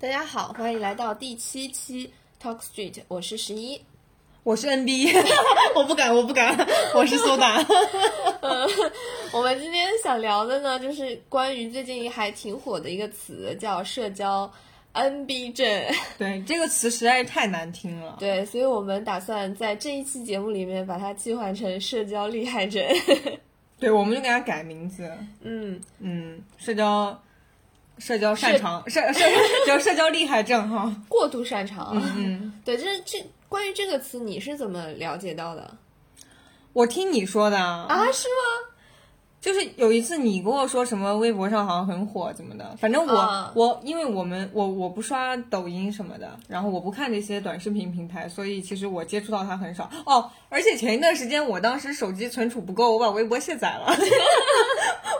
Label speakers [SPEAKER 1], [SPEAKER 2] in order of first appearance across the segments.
[SPEAKER 1] 大家好，欢迎来到第七期 Talk Street，我是十一。
[SPEAKER 2] 我是 NB，我 不敢，我不 敢，我是苏打。
[SPEAKER 1] 我们今天想聊的呢，就是关于最近还挺火的一个词，叫社交 NB 症。
[SPEAKER 2] 对，这个词实在是太难听了。
[SPEAKER 1] 对，所以我们打算在这一期节目里面把它计划成社交厉害症。
[SPEAKER 2] 对，我们就给它改名字，
[SPEAKER 1] 嗯，
[SPEAKER 2] 嗯，社交，社交擅长，社社叫社交厉害症哈。
[SPEAKER 1] 过度擅长。
[SPEAKER 2] 嗯，
[SPEAKER 1] 对，这这关于这个词，你是怎么了解到的
[SPEAKER 2] 我听你说的啊，
[SPEAKER 1] 啊？是吗？
[SPEAKER 2] 就是有一次你跟我说什么微博上好像很火怎么的，反正我、
[SPEAKER 1] 啊
[SPEAKER 2] 我因为我们我我不刷抖音什么的，然后我不看这些短视频平台，所以其实我接触到它很少哦。而且前一段时间我当时手机存储不够，我把微博卸载了，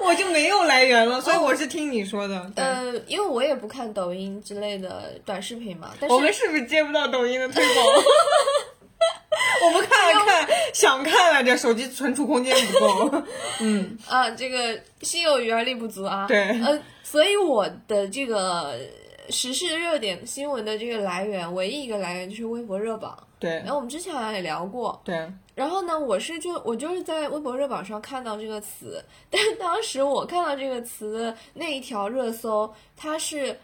[SPEAKER 2] 我就没有来源了，所以我是听你说的。对
[SPEAKER 1] 呃，因为我也不看抖音之类的短视频嘛，但
[SPEAKER 2] 我们
[SPEAKER 1] 是
[SPEAKER 2] 是不是接不到抖音的推广？我们看了看，想看来着，手机存储空间不够。嗯，
[SPEAKER 1] 啊，这个心有余而力不足啊。
[SPEAKER 2] 对
[SPEAKER 1] 呃，所以我的这个时事热点新闻的这个来源，唯一一个来源就是微博热榜。
[SPEAKER 2] 对
[SPEAKER 1] 然后我们之前好像也聊过，
[SPEAKER 2] 对，
[SPEAKER 1] 然后呢，我是就我就是在微博热榜上看到这个词，但是当时我看到这个词的那一条热搜，它是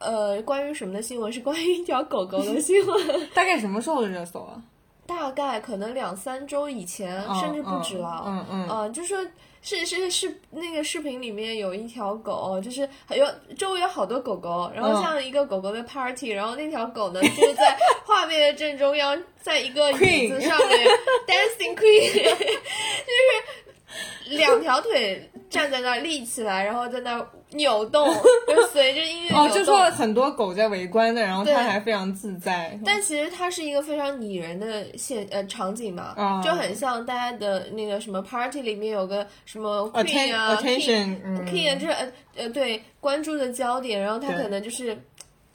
[SPEAKER 1] 呃关于什么的新闻？是关于一条狗狗的新闻，
[SPEAKER 2] 大概什么时候的热搜啊？
[SPEAKER 1] 大概可能两三周以前，
[SPEAKER 2] 嗯
[SPEAKER 1] 甚至不止了。
[SPEAKER 2] 嗯嗯嗯
[SPEAKER 1] 呃，就说是是是那个视频里面有一条狗，就是还有周围有好多狗狗，然后
[SPEAKER 2] 嗯
[SPEAKER 1] 像一个狗狗的 party，、然后那条狗呢就是 在画面的正中央，在一个椅子
[SPEAKER 2] Queen
[SPEAKER 1] 上 面 dancing queen，就是两条腿站在那儿立起来，然后在那儿扭动，就随着音乐扭动。
[SPEAKER 2] 哦，就说很多狗在围观的，然后
[SPEAKER 1] 对
[SPEAKER 2] 它还非常自在。
[SPEAKER 1] 但其实它是一个非常拟人的现呃场景嘛，
[SPEAKER 2] 啊
[SPEAKER 1] 就很像大家的那个什么 party 里面有个什么 queen
[SPEAKER 2] attention
[SPEAKER 1] 啊 king
[SPEAKER 2] attention，嗯
[SPEAKER 1] king 啊，就是呃呃对关注的焦点，然后他
[SPEAKER 2] 对
[SPEAKER 1] 可能就是。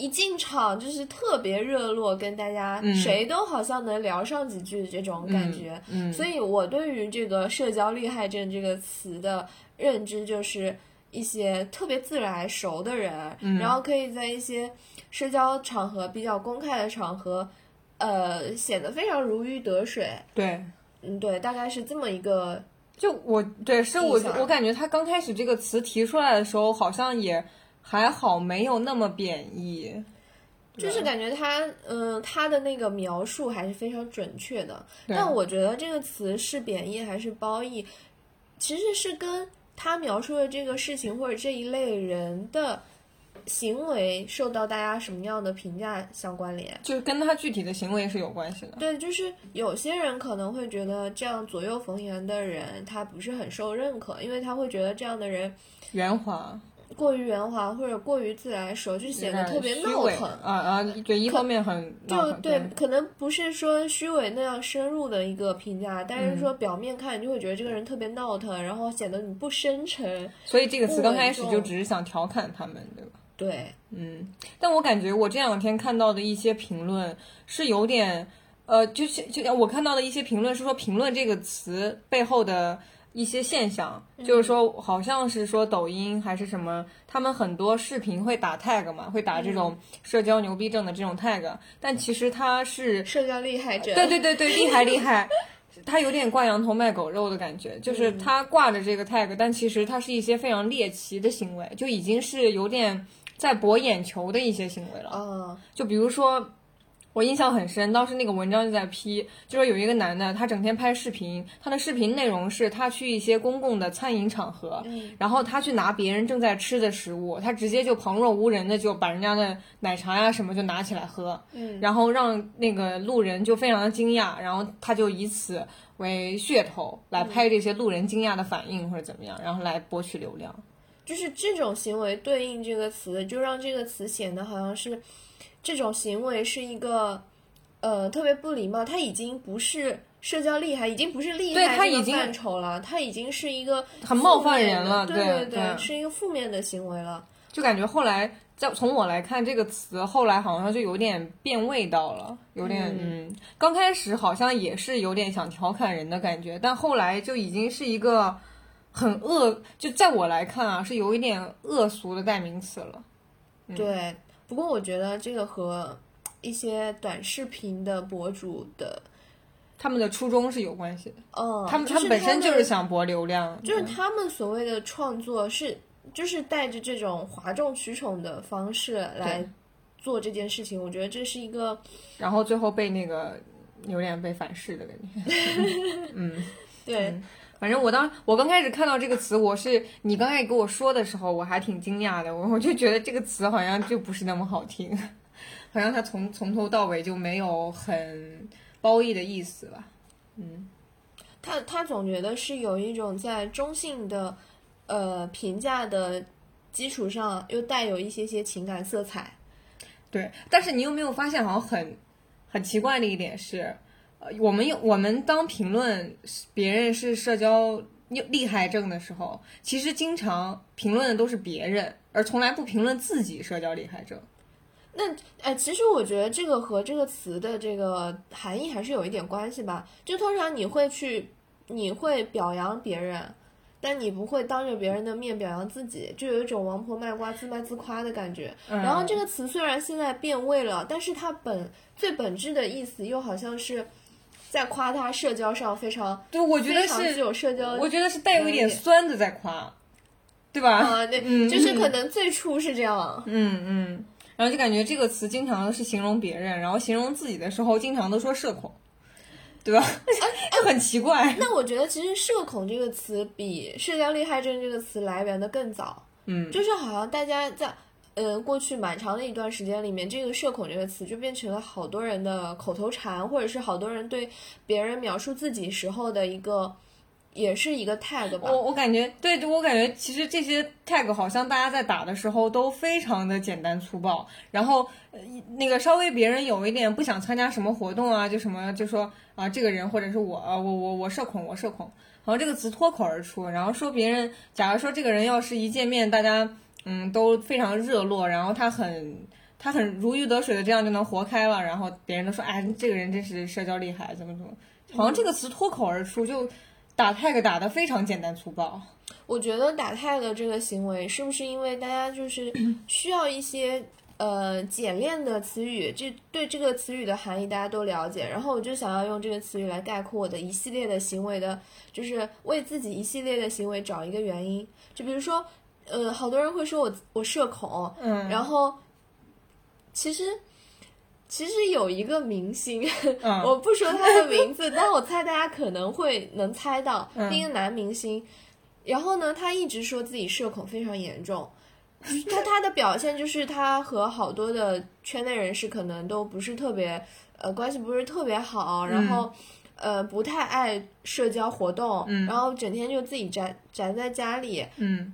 [SPEAKER 1] 一进场就是特别热络，跟大家、
[SPEAKER 2] 嗯
[SPEAKER 1] 谁都好像能聊上几句这种感觉，
[SPEAKER 2] 嗯，
[SPEAKER 1] 所以我对于这个“社交厉害症”这个词的认知，就是一些特别自来熟的人，
[SPEAKER 2] 嗯
[SPEAKER 1] 然后可以在一些社交场合、比较公开的场合，呃，显得非常如鱼得水。
[SPEAKER 2] 对，
[SPEAKER 1] 嗯，对，大概是这么一个，
[SPEAKER 2] 就我对，是我
[SPEAKER 1] 印象
[SPEAKER 2] 我感觉它刚开始这个词提出来的时候，好像也还好，没有那么贬义。
[SPEAKER 1] 就是感觉他，嗯、他的那个描述还是非常准确的。
[SPEAKER 2] 对
[SPEAKER 1] 但我觉得这个词是贬义还是褒义，其实是跟他描述的这个事情或者这一类人的行为受到大家什么样的评价相关联。
[SPEAKER 2] 就是跟它具体的行为是有关系的。
[SPEAKER 1] 对，就是有些人可能会觉得这样左右逢源的人，他不是很受认可，因为他会觉得这样的人
[SPEAKER 2] 圆滑，
[SPEAKER 1] 过于圆滑或者过于自来熟，就显得特别
[SPEAKER 2] 虚
[SPEAKER 1] 闹
[SPEAKER 2] 伪
[SPEAKER 1] 腾。
[SPEAKER 2] 啊啊！对，一方面很闹
[SPEAKER 1] 就
[SPEAKER 2] 腾
[SPEAKER 1] 对，可能不是说虚伪那样深入的一个评价，但是说
[SPEAKER 2] 嗯
[SPEAKER 1] 表面看，你就会觉得这个人特别闹腾，然后显得你不深沉。
[SPEAKER 2] 所以这个词刚开始
[SPEAKER 1] 不稳
[SPEAKER 2] 就
[SPEAKER 1] 重
[SPEAKER 2] 只是想调侃他们，对吧？
[SPEAKER 1] 对，
[SPEAKER 2] 嗯，但我感觉我这两天看到的一些评论是有点，呃，就是就像我看到的一些评论是说“评论”这个词背后的一些现象，就是说好像是说抖音还是什么，他们很多视频会打 tag 嘛，会打这种社交牛逼症的这种 tag，但其实它是
[SPEAKER 1] 社交厉害者。
[SPEAKER 2] 对对对对，厉害厉害。他有点挂羊头卖狗肉的感觉，就是他挂着这个 tag，、但其实他是一些非常猎奇的行为，就已经是有点在博眼球的一些行为了。
[SPEAKER 1] 啊，
[SPEAKER 2] 就比如说，我印象很深，当时那个文章就在批，就说有一个男的，他整天拍视频，他的视频内容是他去一些公共的餐饮场合，
[SPEAKER 1] 嗯
[SPEAKER 2] 然后他去拿别人正在吃的食物，他直接就旁若无人的就把人家的奶茶呀、什么就拿起来喝，
[SPEAKER 1] 嗯，
[SPEAKER 2] 然后让那个路人就非常的惊讶，然后他就以此为噱头来
[SPEAKER 1] 嗯
[SPEAKER 2] 拍这些路人惊讶的反应或者怎么样，然后来博取流量。
[SPEAKER 1] 就是这种行为对应这个词，就让这个词显得好像是这种行为是一个呃特别不礼貌，它已经不是。社交厉害已经不是厉
[SPEAKER 2] 对
[SPEAKER 1] 害
[SPEAKER 2] 它
[SPEAKER 1] 这个
[SPEAKER 2] 已经
[SPEAKER 1] 范畴了，它已经是一个
[SPEAKER 2] 很冒
[SPEAKER 1] 负面
[SPEAKER 2] 犯人
[SPEAKER 1] 的
[SPEAKER 2] 了
[SPEAKER 1] 对
[SPEAKER 2] 对
[SPEAKER 1] 对，
[SPEAKER 2] 对
[SPEAKER 1] 是一个负面的行为了。
[SPEAKER 2] 就感觉后来在从我来看，这个词后来好像就有点变味道了，有点嗯刚开始好像也是有点想调侃人的感觉，但后来就已经是一个很恶，就在我来看啊，是有一点恶俗的代名词了。嗯
[SPEAKER 1] 对，不过我觉得这个和一些短视频的博主的，
[SPEAKER 2] 他们的初衷是有关系的，
[SPEAKER 1] 嗯，
[SPEAKER 2] 他们
[SPEAKER 1] 就是
[SPEAKER 2] 哦他们本身就是嗯
[SPEAKER 1] 们
[SPEAKER 2] 想博流量，
[SPEAKER 1] 就是他们所谓的创作是，就是带着这种哗众取宠的方式来做这件事情。我觉得这是一个
[SPEAKER 2] 然后最后被那个有点被反噬的感觉。
[SPEAKER 1] 对，
[SPEAKER 2] 嗯反正我当我刚开始看到这个词，我是你刚开始给我说的时候，我还挺惊讶的，我我就觉得这个词好像就不是那么好听，好像它从从头到尾就没有很褒义的意思吧。
[SPEAKER 1] 他他总觉得是有一种在中性的呃评价的基础上，又带有一些些情感色彩。
[SPEAKER 2] 对，但是你有没有发现，好像很很奇怪的一点是，呃，我们有我们当评论别人是社交厉害症的时候，其实经常评论的都是别人，而从来不评论自己社交厉害症。
[SPEAKER 1] 那哎，其实我觉得这个和这个词的这个含义还是有一点关系吧。就通常你会去，你会表扬别人，但你不会当着别人的面表扬自己，就有一种王婆卖瓜自卖自夸的感觉。
[SPEAKER 2] 嗯
[SPEAKER 1] 然后这个词虽然现在变味了，但是它本最本质的意思又好像是在夸他社交上非常
[SPEAKER 2] 对，我觉得
[SPEAKER 1] 非常具
[SPEAKER 2] 是，
[SPEAKER 1] 有社交
[SPEAKER 2] 我觉得是带有一点酸的在夸，对吧？
[SPEAKER 1] 嗯啊，对，
[SPEAKER 2] 嗯
[SPEAKER 1] 就是可能最初是这样，
[SPEAKER 2] 嗯嗯，然后就感觉这个词经常是形容别人，然后形容自己的时候，经常都说社恐，对
[SPEAKER 1] 啊
[SPEAKER 2] 吧？ 就很奇怪。
[SPEAKER 1] 那我觉得其实“社恐”这个词比“社交厉害症”这个词来源的更早，
[SPEAKER 2] 嗯，
[SPEAKER 1] 就是好像大家在嗯过去蛮长的一段时间里面，这个“社恐”这个词就变成了好多人的口头禅，或者是好多人对别人描述自己时候的一个，也是一个 tag 吧。
[SPEAKER 2] 我我感觉，对我感觉，其实这些 tag 好像大家在打的时候都非常的简单粗暴，然后呃那个稍微别人有一点不想参加什么活动啊，就什么就说啊这个人或者是我啊我我我社恐我社恐，好像这个词脱口而出，然后说别人，假如说这个人要是一见面大家嗯都非常热络，然后他很。他很如鱼得水的，这样就能活开了。然后别人都说：“哎，这个人真是社交厉害，怎么怎么。”好像这个词脱口而出，就打 tag 打得非常简单粗暴。
[SPEAKER 1] 我觉得打 tag 这个行为是不是因为大家就是需要一些呃简练的词语？这对这个词语的含义大家都了解，然后我就想要用这个词语来概括我的一系列的行为的，就是为自己一系列的行为找一个原因。就比如说，呃，好多人会说我我社恐，
[SPEAKER 2] 嗯，
[SPEAKER 1] 然后其实其实有一个明星，
[SPEAKER 2] 嗯
[SPEAKER 1] 我不说他的名 字，但我猜大家可能会能猜到，
[SPEAKER 2] 嗯
[SPEAKER 1] 那个男明星。然后呢，他一直说自己社恐非常严重，他他的表现就是他和好多的圈内人士可能都不是特别呃关系不是特别好，
[SPEAKER 2] 嗯
[SPEAKER 1] 然后、呃不太爱社交活动，
[SPEAKER 2] 嗯
[SPEAKER 1] 然后整天就自己宅宅在家里，
[SPEAKER 2] 嗯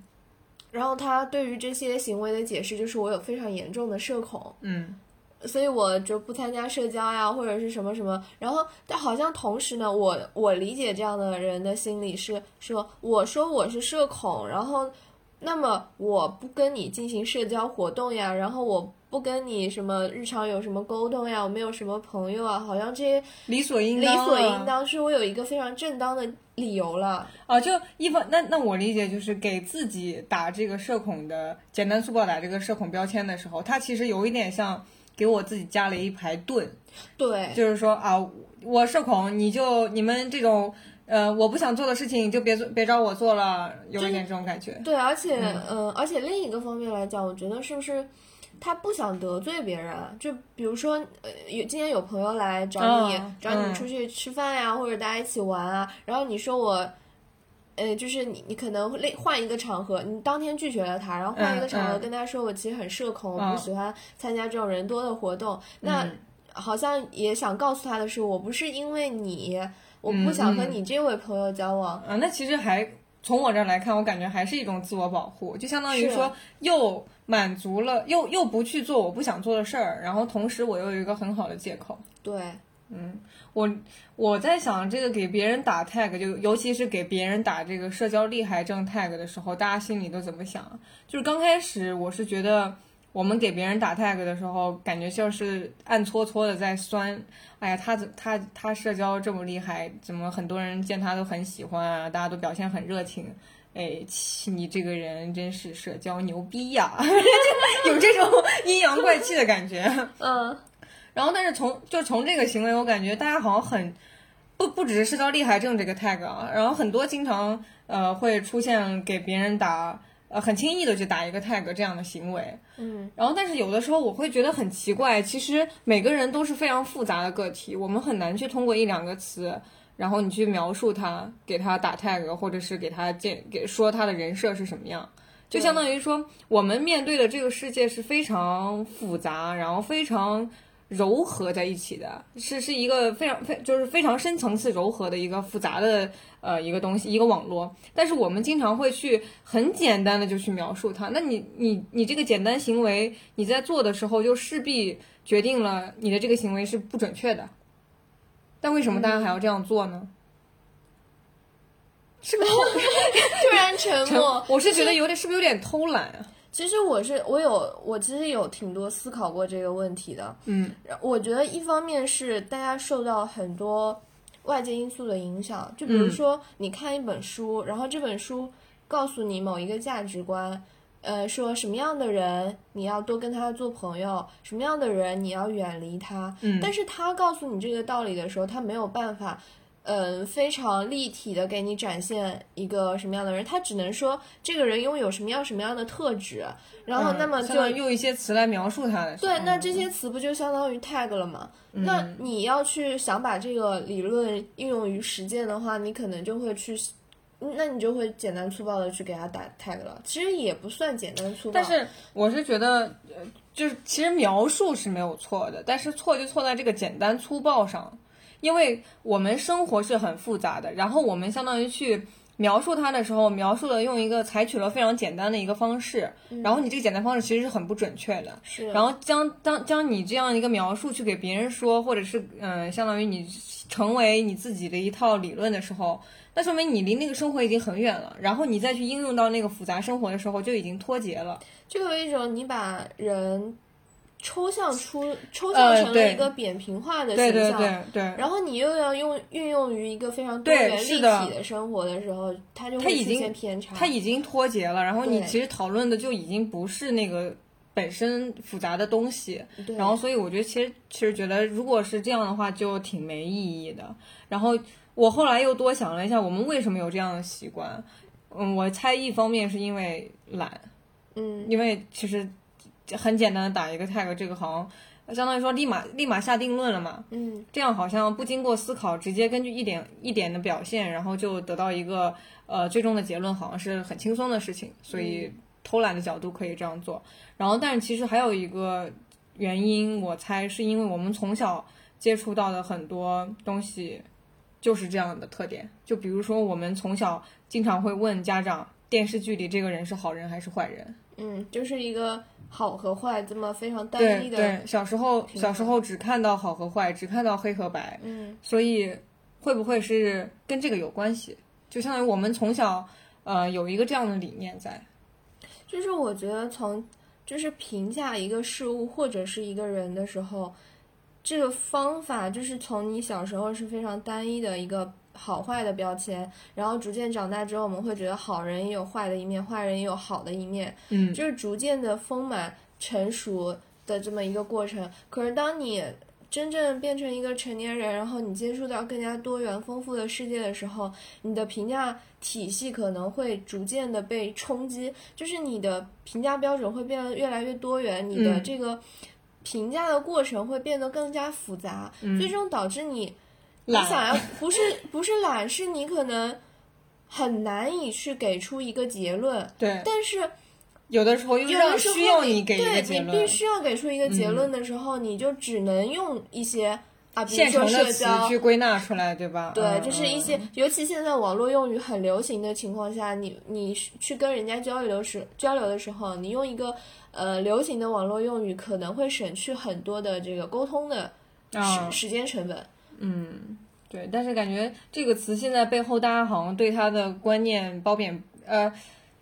[SPEAKER 1] 然后他对于这些行为的解释就是我有非常严重的社恐，
[SPEAKER 2] 嗯
[SPEAKER 1] 所以我就不参加社交呀，或者是什么什么。然后，但好像同时呢，我我理解这样的人的心理是说，我说我是社恐，然后那么我不跟你进行社交活动呀，然后我不跟你什么日常有什么沟通呀，我没有什么朋友啊，好像这些
[SPEAKER 2] 理所应
[SPEAKER 1] 理
[SPEAKER 2] 当啊，
[SPEAKER 1] 所应当是我有一个非常正当的理由了。
[SPEAKER 2] 啊！就一方，那那我理解就是给自己打这个社恐的简单粗暴打这个社恐标签的时候，它其实有一点像给我自己加了一排盾，
[SPEAKER 1] 对，
[SPEAKER 2] 就是说啊，我社恐，你就你们这种。呃，我不想做的事情就别做，别找我做了，有一点这种感觉。
[SPEAKER 1] 对，而且，嗯、而且另一个方面来讲，我觉得是不是他不想得罪别人？啊就比如说，呃，有今天有朋友来找你，
[SPEAKER 2] 嗯
[SPEAKER 1] 找你
[SPEAKER 2] 嗯
[SPEAKER 1] 出去吃饭呀、或者大家一起玩啊，然后你说我。呃，就是你，你可能会类换一个场合，你当天拒绝了他，然后换一个场合
[SPEAKER 2] 嗯嗯
[SPEAKER 1] 跟他说，我其实很社恐，我
[SPEAKER 2] 嗯
[SPEAKER 1] 不喜欢参加这种人多的活动。那好像也想告诉他的是，我不是因为你，我不想和
[SPEAKER 2] 嗯
[SPEAKER 1] 你这位朋友交往，
[SPEAKER 2] 啊，那其实还从我这儿来看，我感觉还是一种自我保护，就相当于
[SPEAKER 1] 是
[SPEAKER 2] 说又满足了，又又不去做我不想做的事儿，然后同时我又有一个很好的借口。
[SPEAKER 1] 对，
[SPEAKER 2] 我我在想，这个给别人打 tag，就尤其是给别人打这个社交厉害症 tag 的时候，大家心里都怎么想啊？就是刚开始我是觉得我们给别人打 tag 的时候，感觉像是暗搓搓的在酸。哎呀，他怎他他社交这么厉害，怎么很多人见他都很喜欢啊？大家都表现很热情。哎，气你这个人真是社交牛逼呀、 有这种阴阳怪气的感觉。
[SPEAKER 1] 嗯，
[SPEAKER 2] 然后，但是从就从这个行为，我感觉大家好像很不不只是社交厉害症这个 tag 啊，然后很多经常呃会出现给别人打呃很轻易的去打一个 tag 这样的行为。
[SPEAKER 1] 嗯，
[SPEAKER 2] 然后但是有的时候我会觉得很奇怪，其实每个人都是非常复杂的个体，我们很难去通过一两个词。然后你去描述他，给他打 tag，或者是给他建给说他的人设是什么样，就相当于说我们面对的这个世界是非常复杂，然后非常柔合在一起的，是是一个非常非就是非常深层次柔合的一个复杂的呃一个东西一个网络。但是我们经常会去很简单的就去描述它，那你你你这个简单行为你在做的时候就势必决定了你的这个行为是不准确的。但为什
[SPEAKER 1] 嗯
[SPEAKER 2] 么大家还要这样做呢？是不是
[SPEAKER 1] 突然沉默，
[SPEAKER 2] 我是觉得有点，是不是有点偷懒啊？
[SPEAKER 1] 其实我是我有我其实有挺多思考过这个问题的。
[SPEAKER 2] 嗯，
[SPEAKER 1] 我觉得一方面是大家受到很多外界因素的影响，就比如
[SPEAKER 2] 嗯
[SPEAKER 1] 说你看一本书，然后这本书告诉你某一个价值观，呃，说什么样的人你要多跟他做朋友，什么样的人你要远离他。
[SPEAKER 2] 嗯
[SPEAKER 1] 但是他告诉你这个道理的时候，他没有办法。嗯，非常立体的给你展现一个什么样的人，他只能说这个人拥有什么样什么样的特质，然后那么
[SPEAKER 2] 嗯
[SPEAKER 1] 就
[SPEAKER 2] 相当于嗯用一些词来描述它的时候。嗯
[SPEAKER 1] 对，那这些词不就相当于 tag 了吗？那你要去想把这个理论应用于实践的话，你可能就会去，那你就会简单粗暴的去给它打 tag 了。其实也不算简单粗暴，
[SPEAKER 2] 但是我是觉得，呃，就是其实描述是没有错的，但是错就错在这个简单粗暴上，因为我们生活是很复杂的，然后我们相当于去。描述它的时候，描述了用一个采取了非常简单的一个方式，然后你这个简单方式其实是很不准确的，
[SPEAKER 1] 是
[SPEAKER 2] 然后将当将你这样一个描述去给别人说，或者是嗯、呃相当于你成为你自己的一套理论的时候，那说明你离那个生活已经很远了。然后你再去应用到那个复杂生活的时候，就已经脱节了。
[SPEAKER 1] 就有一种你把人抽象出抽象
[SPEAKER 2] 呃
[SPEAKER 1] 成了
[SPEAKER 2] 对
[SPEAKER 1] 一个扁平化的
[SPEAKER 2] 对
[SPEAKER 1] 形
[SPEAKER 2] 对
[SPEAKER 1] 象，
[SPEAKER 2] 对对，
[SPEAKER 1] 然后你又要用运用于一个非常多
[SPEAKER 2] 对
[SPEAKER 1] 元立
[SPEAKER 2] 是
[SPEAKER 1] 体
[SPEAKER 2] 的
[SPEAKER 1] 的生活的时候，它就
[SPEAKER 2] 它
[SPEAKER 1] 会
[SPEAKER 2] 已
[SPEAKER 1] 出
[SPEAKER 2] 经
[SPEAKER 1] 现偏差。
[SPEAKER 2] 它已经脱节了。然后你
[SPEAKER 1] 对
[SPEAKER 2] 其实讨论的就已经不是那个本身复杂的东西，
[SPEAKER 1] 对
[SPEAKER 2] 然后，所以我觉得其实其实觉得，如果是这样的话，就挺没意义的。然后我后来又多想了一下，我们为什么有这样的习惯？嗯，我猜一方面是因为懒，
[SPEAKER 1] 嗯，
[SPEAKER 2] 因为其实很简单的打一个 tag，这个好像相当于说立马立马下定论了嘛。
[SPEAKER 1] 嗯，
[SPEAKER 2] 这样好像不经过思考，直接根据一点一点的表现，然后就得到一个呃最终的结论，好像是很轻松的事情。所以偷懒的角度可以这样做。然后，但是其实还有一个原因，我猜是因为我们从小接触到的很多东西就是这样的特点。就比如说，我们从小经常会问家长，电视剧里这个人是好人还是坏人？
[SPEAKER 1] 嗯，就是一个好和坏这么非常单
[SPEAKER 2] 对
[SPEAKER 1] 一的，
[SPEAKER 2] 对，小时候
[SPEAKER 1] 平衡
[SPEAKER 2] 小时候只看到好和坏，只看到黑和白，
[SPEAKER 1] 嗯
[SPEAKER 2] 所以会不会是跟这个有关系？就相当于我们从小呃有一个这样的理念在，，
[SPEAKER 1] 就是我觉得从就是评价一个事物或者是一个人的时候，这个方法就是从你小时候是非常单一的一个好坏的标签，然后逐渐长大之后，我们会觉得好人也有坏的一面，坏人也有好的一面，
[SPEAKER 2] 嗯，
[SPEAKER 1] 就是逐渐的丰满成熟的这么一个过程。可是当你真正变成一个成年人，然后你接触到更加多元丰富的世界的时候，你的评价体系可能会逐渐的被冲击，就是你的评价标准会变得越来越多元，你的
[SPEAKER 2] 嗯
[SPEAKER 1] 这个评价的过程会变得更加复杂，最终导致你你
[SPEAKER 2] 嗯懒
[SPEAKER 1] 嗯想要不是不是懒，是你可能很难以去给出一个结论，
[SPEAKER 2] 对，
[SPEAKER 1] 但是。
[SPEAKER 2] 有的时候又
[SPEAKER 1] 有
[SPEAKER 2] 让
[SPEAKER 1] 的时候
[SPEAKER 2] 需要你给一个
[SPEAKER 1] 对
[SPEAKER 2] 结
[SPEAKER 1] 你必
[SPEAKER 2] 论，嗯
[SPEAKER 1] 须要给出一个结论的时候，你就只能用一些啊，比如
[SPEAKER 2] 现
[SPEAKER 1] 说
[SPEAKER 2] 成
[SPEAKER 1] 社
[SPEAKER 2] 的词
[SPEAKER 1] 交，
[SPEAKER 2] 去归纳出来，对吧？
[SPEAKER 1] 对，
[SPEAKER 2] 嗯
[SPEAKER 1] 就是一些，尤其现在网络用语很流行的情况下，你你去跟人家交流时交流的时候，你用一个呃流行的网络用语，可能会省去很多的这个沟通的时、
[SPEAKER 2] 啊
[SPEAKER 1] 时间成本。
[SPEAKER 2] 嗯，对，但是感觉这个词现在背后大家好像对它的观念褒贬，呃，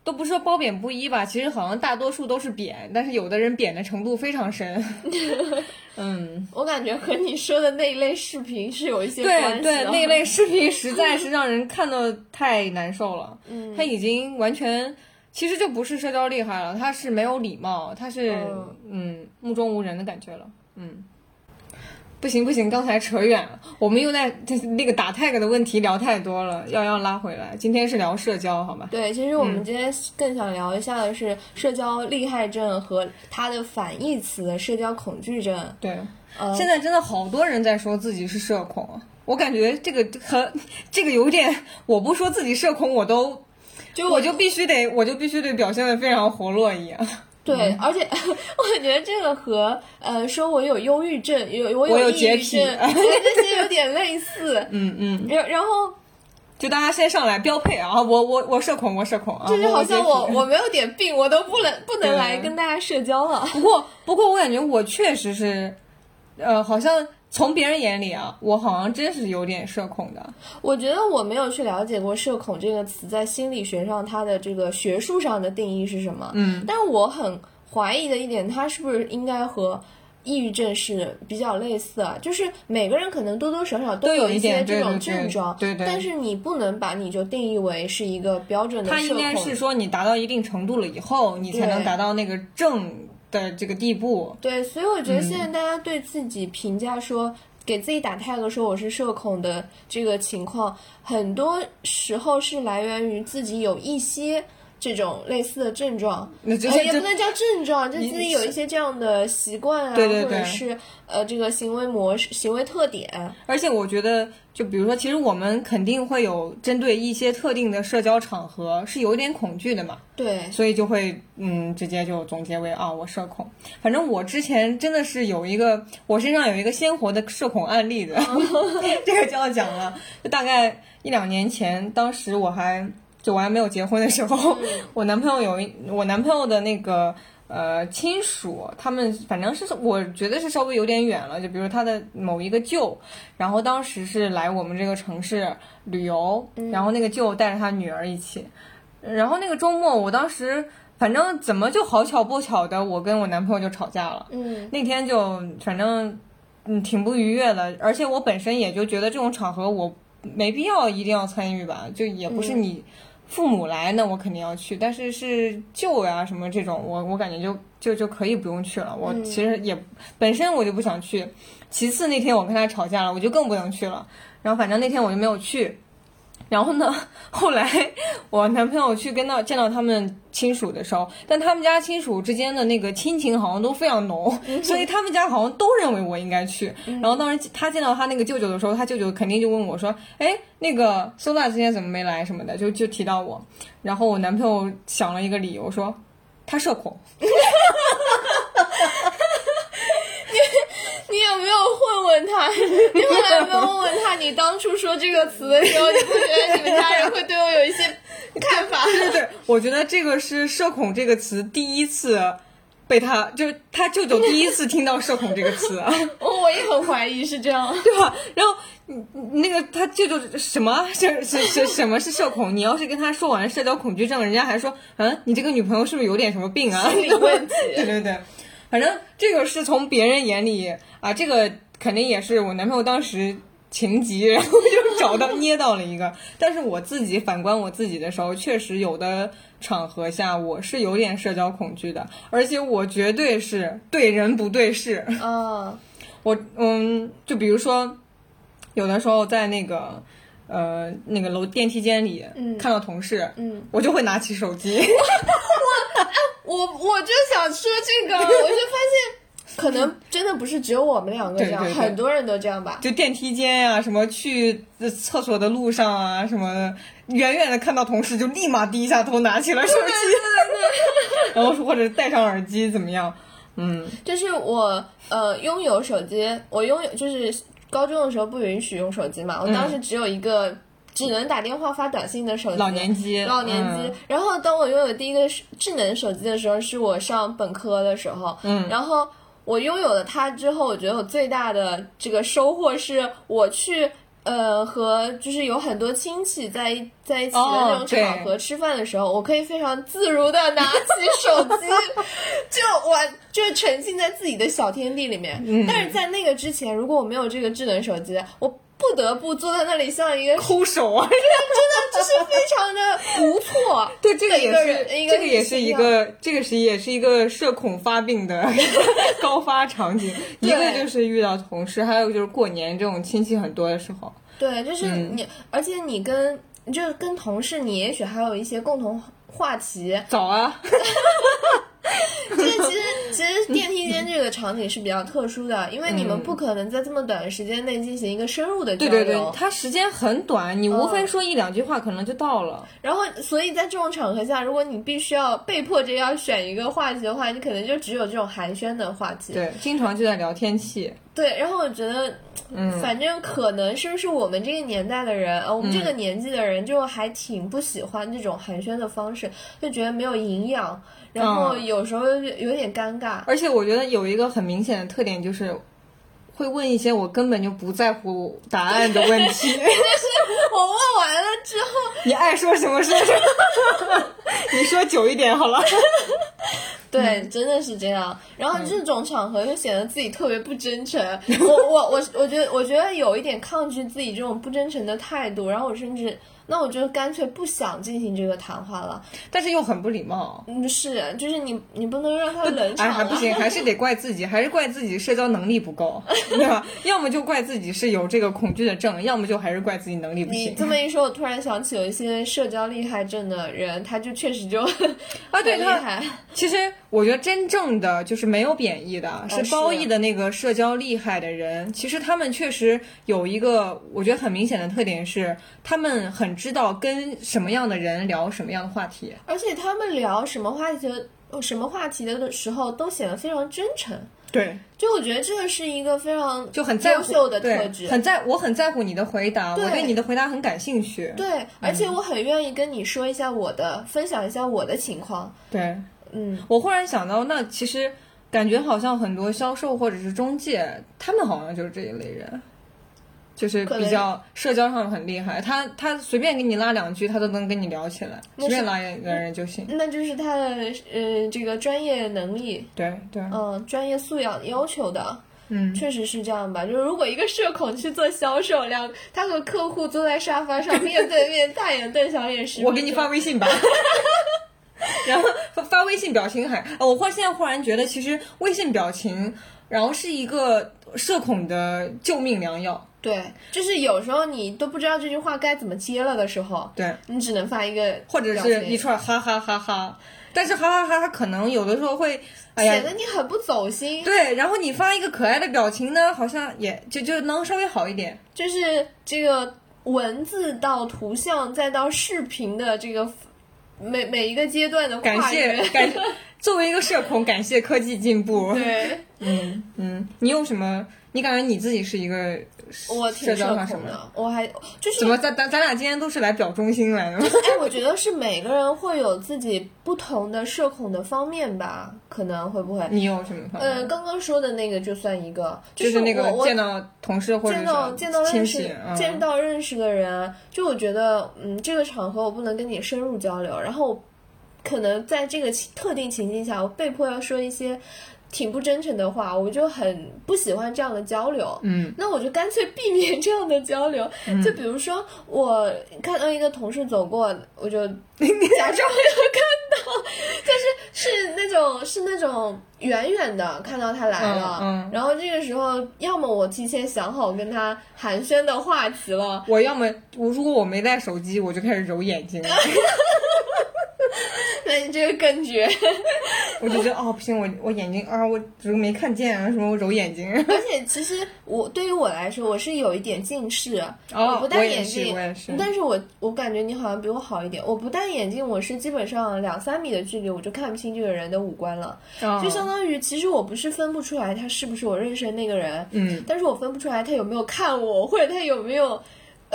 [SPEAKER 2] 都不是说褒贬不一吧，其实好像大多数都是贬，但是有的人贬的程度非常深。 嗯，
[SPEAKER 1] 我感觉和你说的那一类视频是有一些关
[SPEAKER 2] 对
[SPEAKER 1] 系
[SPEAKER 2] 对，
[SPEAKER 1] 的
[SPEAKER 2] 那一类 视频实在是让人看到太难受了。
[SPEAKER 1] 嗯
[SPEAKER 2] 他已经完全，其实就不是社交厉害了，他是没有礼貌，他是
[SPEAKER 1] 嗯
[SPEAKER 2] 嗯目中无人的感觉了，嗯。不行不行，刚才扯远了，我们又在就是那个打 tag 的问题聊太多了，要要拉回来。今天是聊社交，好吗？
[SPEAKER 1] 对，其实我
[SPEAKER 2] 嗯
[SPEAKER 1] 们今天更想聊一下的是社交厉害症和它的反义词——社交恐惧症。
[SPEAKER 2] 对，
[SPEAKER 1] 呃，
[SPEAKER 2] 现在真的好多人在说自己是社恐啊，我感觉这个和 这个有点，我不说自己社恐，我都
[SPEAKER 1] 就
[SPEAKER 2] 我就必须得我就必须得表现的非常活络一样。嗯
[SPEAKER 1] 对，而且 我觉得这个和呃说我有忧郁症，有我
[SPEAKER 2] 我
[SPEAKER 1] 有
[SPEAKER 2] 有
[SPEAKER 1] 抑
[SPEAKER 2] 洁
[SPEAKER 1] 郁
[SPEAKER 2] 癖
[SPEAKER 1] 症，对这些有点类似。
[SPEAKER 2] 嗯嗯，
[SPEAKER 1] 然然后
[SPEAKER 2] 就大家先上来标配啊，我我我社恐，我社恐啊，
[SPEAKER 1] 就是好像我
[SPEAKER 2] 洁癖
[SPEAKER 1] 我没有点病，我都不能不能
[SPEAKER 2] 对啊
[SPEAKER 1] 来跟大家社交了。
[SPEAKER 2] 不过，不过我感觉我确实是，呃，好像从别人眼里啊，我好像真是有点社恐的。
[SPEAKER 1] 我觉得我没有去了解过“社恐”这个词在心理学上它的这个学术上的定义是什么。
[SPEAKER 2] 嗯，
[SPEAKER 1] 但我很怀疑的一点，它是不是应该和抑郁症是比较类似啊？就是每个人可能多多少少
[SPEAKER 2] 都有
[SPEAKER 1] 有
[SPEAKER 2] 一
[SPEAKER 1] 些
[SPEAKER 2] 点对
[SPEAKER 1] 这种
[SPEAKER 2] 对对
[SPEAKER 1] 症状，
[SPEAKER 2] 对对
[SPEAKER 1] 但是你不能把你就定义为是一个标准的
[SPEAKER 2] 它
[SPEAKER 1] 社
[SPEAKER 2] 应该
[SPEAKER 1] 恐。
[SPEAKER 2] 是说你达到一定程度了以后，你才能
[SPEAKER 1] 对
[SPEAKER 2] 达到那个正的这个地步。
[SPEAKER 1] 对，所以我觉得现在
[SPEAKER 2] 嗯
[SPEAKER 1] 大家对自己评价说，给自己打 tag 说我是社恐的这个情况，很多时候是来源于自己有一些这种类似的症状，
[SPEAKER 2] 那就
[SPEAKER 1] 呃
[SPEAKER 2] 是
[SPEAKER 1] 也
[SPEAKER 2] 就
[SPEAKER 1] 不能叫症状，就
[SPEAKER 2] 你
[SPEAKER 1] 自己有一些这样的习惯啊，
[SPEAKER 2] 对对
[SPEAKER 1] 或
[SPEAKER 2] 对
[SPEAKER 1] 者是呃这个行为模式、行为特点，
[SPEAKER 2] 而且我觉得，就比如说，其实我们肯定会有针对一些特定的社交场合是有点恐惧的嘛。
[SPEAKER 1] 对，
[SPEAKER 2] 所以就会嗯，直接就总结为啊，我社恐。反正我之前真的是有一个，我身上有一个鲜活的社恐案例的， 这个就要讲了。就大概一两年前，当时我还就我还没有结婚的时候，我男朋友有一我男朋友的那个。呃，亲属他们反正是我觉得是稍微有点远了，就比如他的某一个舅，然后当时是来我们这个城市旅游，然后那个舅带着他女儿一起，然后那个周末，我当时反正怎么就好巧不巧的，我跟我男朋友就吵架了。
[SPEAKER 1] 嗯
[SPEAKER 2] 那天就反正嗯挺不愉悦的，而且我本身也就觉得这种场合我没必要一定要参与吧，就也不是你父母来那我肯定要去，但是是舅呀、什么这种，我我感觉就就就可以不用去了。我
[SPEAKER 1] 嗯
[SPEAKER 2] 其实也、本身我就不想去，其次那天我跟他吵架了，我就更不能去了。然后反正那天我就没有去。然后呢， 后来我男朋友去跟到见到他们亲属的时候，但他们家亲属之间的那个亲情好像都非常浓，所以他们家好像都认为我应该去。然后当时他见到他那个舅舅的时候，他舅舅肯定就问我说：“哎，那个苏娜今天怎么没来什么的？”就就提到我。然后我男朋友想了一个理由说：“他社恐。”
[SPEAKER 1] 你有没有问问他？ 你后来有没有问问他？你当初说这个词的时候，你不觉得你们家人会对我有一些看法？
[SPEAKER 2] 对对，我觉得这个是“社恐”这个词第一次被他，就是他舅舅第一次听到“社恐”这个词啊。
[SPEAKER 1] 哦我我也很怀疑是这样。
[SPEAKER 2] 对吧？然后嗯那个他这种什 么啊是是是什么是社恐？你要是跟他说完社交恐惧症，人家还说，嗯，你这个女朋友是不是有点什么病啊？
[SPEAKER 1] 理问题
[SPEAKER 2] 对对对，反正这个是从别人眼里啊，这个肯定也是我男朋友当时。情急， 然后就找到捏到了一个。但是我自己反观我自己的时候，确实有的场合下我是有点社交恐惧的，而且我绝对是对人不对事。
[SPEAKER 1] 嗯
[SPEAKER 2] 我嗯，就比如说，有的时候在那个呃那个楼电梯间里、
[SPEAKER 1] 嗯
[SPEAKER 2] 看到同事，
[SPEAKER 1] 嗯，
[SPEAKER 2] 我就会拿起 手机。
[SPEAKER 1] 我我就想说这 个，我就发现，可能真的不是只有我们两个这样，
[SPEAKER 2] 对对对
[SPEAKER 1] 很多人都这样吧。
[SPEAKER 2] 就电梯间呀、什么去呃厕所的路上啊，什么的，远远的看到同事就立马低下头拿起了手机， 然后或者戴上耳机怎么样？嗯，
[SPEAKER 1] 就是我呃拥有手机，我拥有就是高中的时候不允许用手机嘛，我当时只有一个。只能打电话发短信的手机，
[SPEAKER 2] 嗯老年机
[SPEAKER 1] 老年机。
[SPEAKER 2] 嗯
[SPEAKER 1] 然后当我拥有第一个手智能手机的时候，是我上本科的时候。嗯，然后我拥有了它之后，我觉得我最大的这个收获是，我去呃，和就是有很多亲戚在在一起的那
[SPEAKER 2] 哦
[SPEAKER 1] 种
[SPEAKER 2] 对
[SPEAKER 1] 场合吃饭的时候，我可以非常自如的拿起手 机，就我就沉浸在自己的小天地里面。
[SPEAKER 2] 嗯
[SPEAKER 1] 但是在那个之前，如果我没有这个智能手机，我不得不坐在那里像一个
[SPEAKER 2] 抠手啊！
[SPEAKER 1] 就是非常的无措。
[SPEAKER 2] 对，这个也
[SPEAKER 1] 一个
[SPEAKER 2] 是，
[SPEAKER 1] 人一个
[SPEAKER 2] 这个也是
[SPEAKER 1] 女
[SPEAKER 2] 一
[SPEAKER 1] 性啊
[SPEAKER 2] 个，这个是也是一个社恐发病的 高发场景。一个
[SPEAKER 1] 对
[SPEAKER 2] 就是遇到同事，还有就是过年这种亲戚很多的时候。
[SPEAKER 1] 对，就是
[SPEAKER 2] 嗯
[SPEAKER 1] 你，而且你跟就是跟同事，你也许还有一些共同话题。
[SPEAKER 2] 早啊，
[SPEAKER 1] 这个其实其实电梯间这个场景是比较特殊的，因为你们不可能在这么短的时间内进行一个深入的交
[SPEAKER 2] 嗯对
[SPEAKER 1] 流。
[SPEAKER 2] 对对，它时间很短，你
[SPEAKER 1] 嗯
[SPEAKER 2] 无非说一两句话，可能就到了。
[SPEAKER 1] 然后，所以在这种场合下，如果你必须要被迫着要选一个话题的话，你可能就只有这种寒暄的话题。
[SPEAKER 2] 对，经常就在聊天气。
[SPEAKER 1] 对，然后我觉得，
[SPEAKER 2] 嗯
[SPEAKER 1] 反正可能是不是我们这个年代的人，呃，我们这
[SPEAKER 2] 嗯
[SPEAKER 1] 个年纪的人就还挺不喜欢这种寒暄的方式，就觉得没有营养，然后
[SPEAKER 2] 嗯
[SPEAKER 1] 有时候就有点尴尬。
[SPEAKER 2] 而且我觉得有一个很明显的特点就是，会问一些我根本就不在乎答案的问题。
[SPEAKER 1] 我问完了之后，
[SPEAKER 2] 你爱说什么说什么， 你说久一点好了。 嗯
[SPEAKER 1] 对，真的是这样。然后这种场合就显得自己特别不真诚。 我我我我觉得我觉得有一点抗拒自己这种不真诚的态度，然后我甚至。那我就干脆不想进行这个谈话了。
[SPEAKER 2] 但是又很不礼貌。
[SPEAKER 1] 嗯，是，就是你，你不能让他冷场
[SPEAKER 2] 哎，
[SPEAKER 1] 啊。
[SPEAKER 2] 还不行，还是得怪自己，还是怪自己社交能力不够， 对吧？要么就怪自己是有这个恐惧的症，要么就还是怪自己能力不
[SPEAKER 1] 你
[SPEAKER 2] 行
[SPEAKER 1] 这么一说，我突然想起有一些社交厉害症的人，他就确实就
[SPEAKER 2] 啊。对
[SPEAKER 1] 很厉
[SPEAKER 2] 他，
[SPEAKER 1] 害。
[SPEAKER 2] 其实我觉得真正的就是没有贬义的，是
[SPEAKER 1] 哦是
[SPEAKER 2] 褒义的那个社交厉害的人，其实他们确实有一个我觉得很明显的特点是，他们很知道跟什么样的人聊什么样的话题。
[SPEAKER 1] 而且他们聊什么话题的呃什么话题的时候，都显得非常真诚。
[SPEAKER 2] 对，
[SPEAKER 1] 就我觉得这个是一个非常
[SPEAKER 2] 就很在乎
[SPEAKER 1] 优秀的
[SPEAKER 2] 对
[SPEAKER 1] 特质。
[SPEAKER 2] 很在我很在乎你的回答，我
[SPEAKER 1] 对
[SPEAKER 2] 对你的回答很感兴趣。
[SPEAKER 1] 对，而且我很愿意跟你说一下我的，分享一下我的情况。
[SPEAKER 2] 对，
[SPEAKER 1] 嗯，
[SPEAKER 2] 我忽然想到，那其实感觉好像很多销售或者是中介，他们好像就是这一类人，就是
[SPEAKER 1] 可能
[SPEAKER 2] 比较社交上很厉害。他他随便给你拉两句，他都能跟你聊起来，
[SPEAKER 1] 那
[SPEAKER 2] 随
[SPEAKER 1] 是
[SPEAKER 2] 便拉一个人就行。
[SPEAKER 1] 那就是他的呃这个专业能力，
[SPEAKER 2] 对对，
[SPEAKER 1] 嗯、专业素养要求的。
[SPEAKER 2] 嗯，
[SPEAKER 1] 确实是这样吧，就是如果一个社恐去做销售，两他和客户坐在沙发 上面对面大眼瞪小眼时，
[SPEAKER 2] 我给你发 微信吧。然后发发微信表情还，呃我忽然现在忽然觉得，其实微信表情，然后是一个社恐的救命良药。
[SPEAKER 1] 对，就是有时候你都不知道这句话该怎么接了的时候，
[SPEAKER 2] 对，
[SPEAKER 1] 你只能发一个
[SPEAKER 2] 或者
[SPEAKER 1] 表
[SPEAKER 2] 是
[SPEAKER 1] 情
[SPEAKER 2] 一串哈哈哈哈，但是哈哈哈哈可能有的时候会，哎呀
[SPEAKER 1] 显，得你很不走心。
[SPEAKER 2] 对，然后你发一个可爱的表情呢，好像也就就能稍微好一点。
[SPEAKER 1] 就是这个文字到图像再到视频的这个每每一个阶段的
[SPEAKER 2] 感
[SPEAKER 1] 跨越
[SPEAKER 2] 谢 感，作为一个社恐，感谢科技进步。
[SPEAKER 1] 对，
[SPEAKER 2] 嗯 嗯，你有什么？你感觉你自己是一个
[SPEAKER 1] 我
[SPEAKER 2] 社
[SPEAKER 1] 挺社
[SPEAKER 2] 交啊上什
[SPEAKER 1] 恐
[SPEAKER 2] 么？
[SPEAKER 1] 的，我还就是
[SPEAKER 2] 怎么咱咱咱俩今天都是来表忠心来的？
[SPEAKER 1] 哎，我觉得是每个人会有自己不同的社恐的方面吧，可能会不会？
[SPEAKER 2] 你有什么方面？
[SPEAKER 1] 嗯，刚刚说的那个就算一个，
[SPEAKER 2] 就是那
[SPEAKER 1] 我
[SPEAKER 2] 个
[SPEAKER 1] 我
[SPEAKER 2] 见到同事或者
[SPEAKER 1] 见到
[SPEAKER 2] 是
[SPEAKER 1] 见到认
[SPEAKER 2] 亲
[SPEAKER 1] 识
[SPEAKER 2] 戚，嗯
[SPEAKER 1] 见到认识的人，就我觉得，嗯，这个场合我不能跟你深入交流，然后可能在这个情特定情境下，我被迫要说一些挺不真诚的话，我就很不喜欢这样的交流。
[SPEAKER 2] 嗯，
[SPEAKER 1] 那我就干脆避免这样的交流。就比如说，我看到一个同事走过，我就假装没有看到，但是是那种是那种远远的看到他来了，
[SPEAKER 2] 嗯嗯
[SPEAKER 1] 然后这个时候，要么我提前想好跟他寒暄的话题了，
[SPEAKER 2] 我要么我如果我没带手机，我就开始揉眼睛了。
[SPEAKER 1] 那你这个更绝。
[SPEAKER 2] 我就觉得哦，不行，我我眼睛啊，我只是没看见啊，什么我揉眼睛。
[SPEAKER 1] 而且其实我对于我来说，我是有一点近视，
[SPEAKER 2] 哦
[SPEAKER 1] 我不
[SPEAKER 2] 我
[SPEAKER 1] 戴
[SPEAKER 2] 也
[SPEAKER 1] 眼
[SPEAKER 2] 是
[SPEAKER 1] 镜
[SPEAKER 2] 我也是，
[SPEAKER 1] 但是我我感觉你好像比我好一点。我不戴眼镜，我是基本上两三米的距离我就看不清这个人的五官了，
[SPEAKER 2] 哦
[SPEAKER 1] 就相当于其实我不是分不出来他是不是我认识的那个人，
[SPEAKER 2] 嗯，
[SPEAKER 1] 但是我分不出来他有没有看我，或者他有没有。
[SPEAKER 2] 哦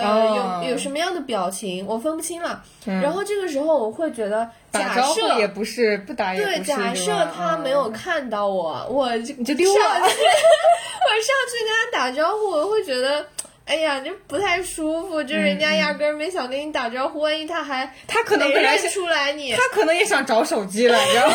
[SPEAKER 1] 呃，有有什么样的表情，我分不清了。
[SPEAKER 2] 嗯
[SPEAKER 1] 然后这个时候，我会觉得，假
[SPEAKER 2] 打招
[SPEAKER 1] 设
[SPEAKER 2] 呼也不是，不打也不是。
[SPEAKER 1] 对，假设
[SPEAKER 2] 吧嗯
[SPEAKER 1] 他没有，看到我，我就
[SPEAKER 2] 你就丢了
[SPEAKER 1] 上去我上去跟他打招呼，我会觉得。哎呀，这不太舒服，就人家压根儿没想跟你打招呼，万一他还
[SPEAKER 2] 他嗯可能
[SPEAKER 1] 没
[SPEAKER 2] 本来
[SPEAKER 1] 认
[SPEAKER 2] 想，
[SPEAKER 1] 出来你
[SPEAKER 2] 他，可能也想找手机来 着，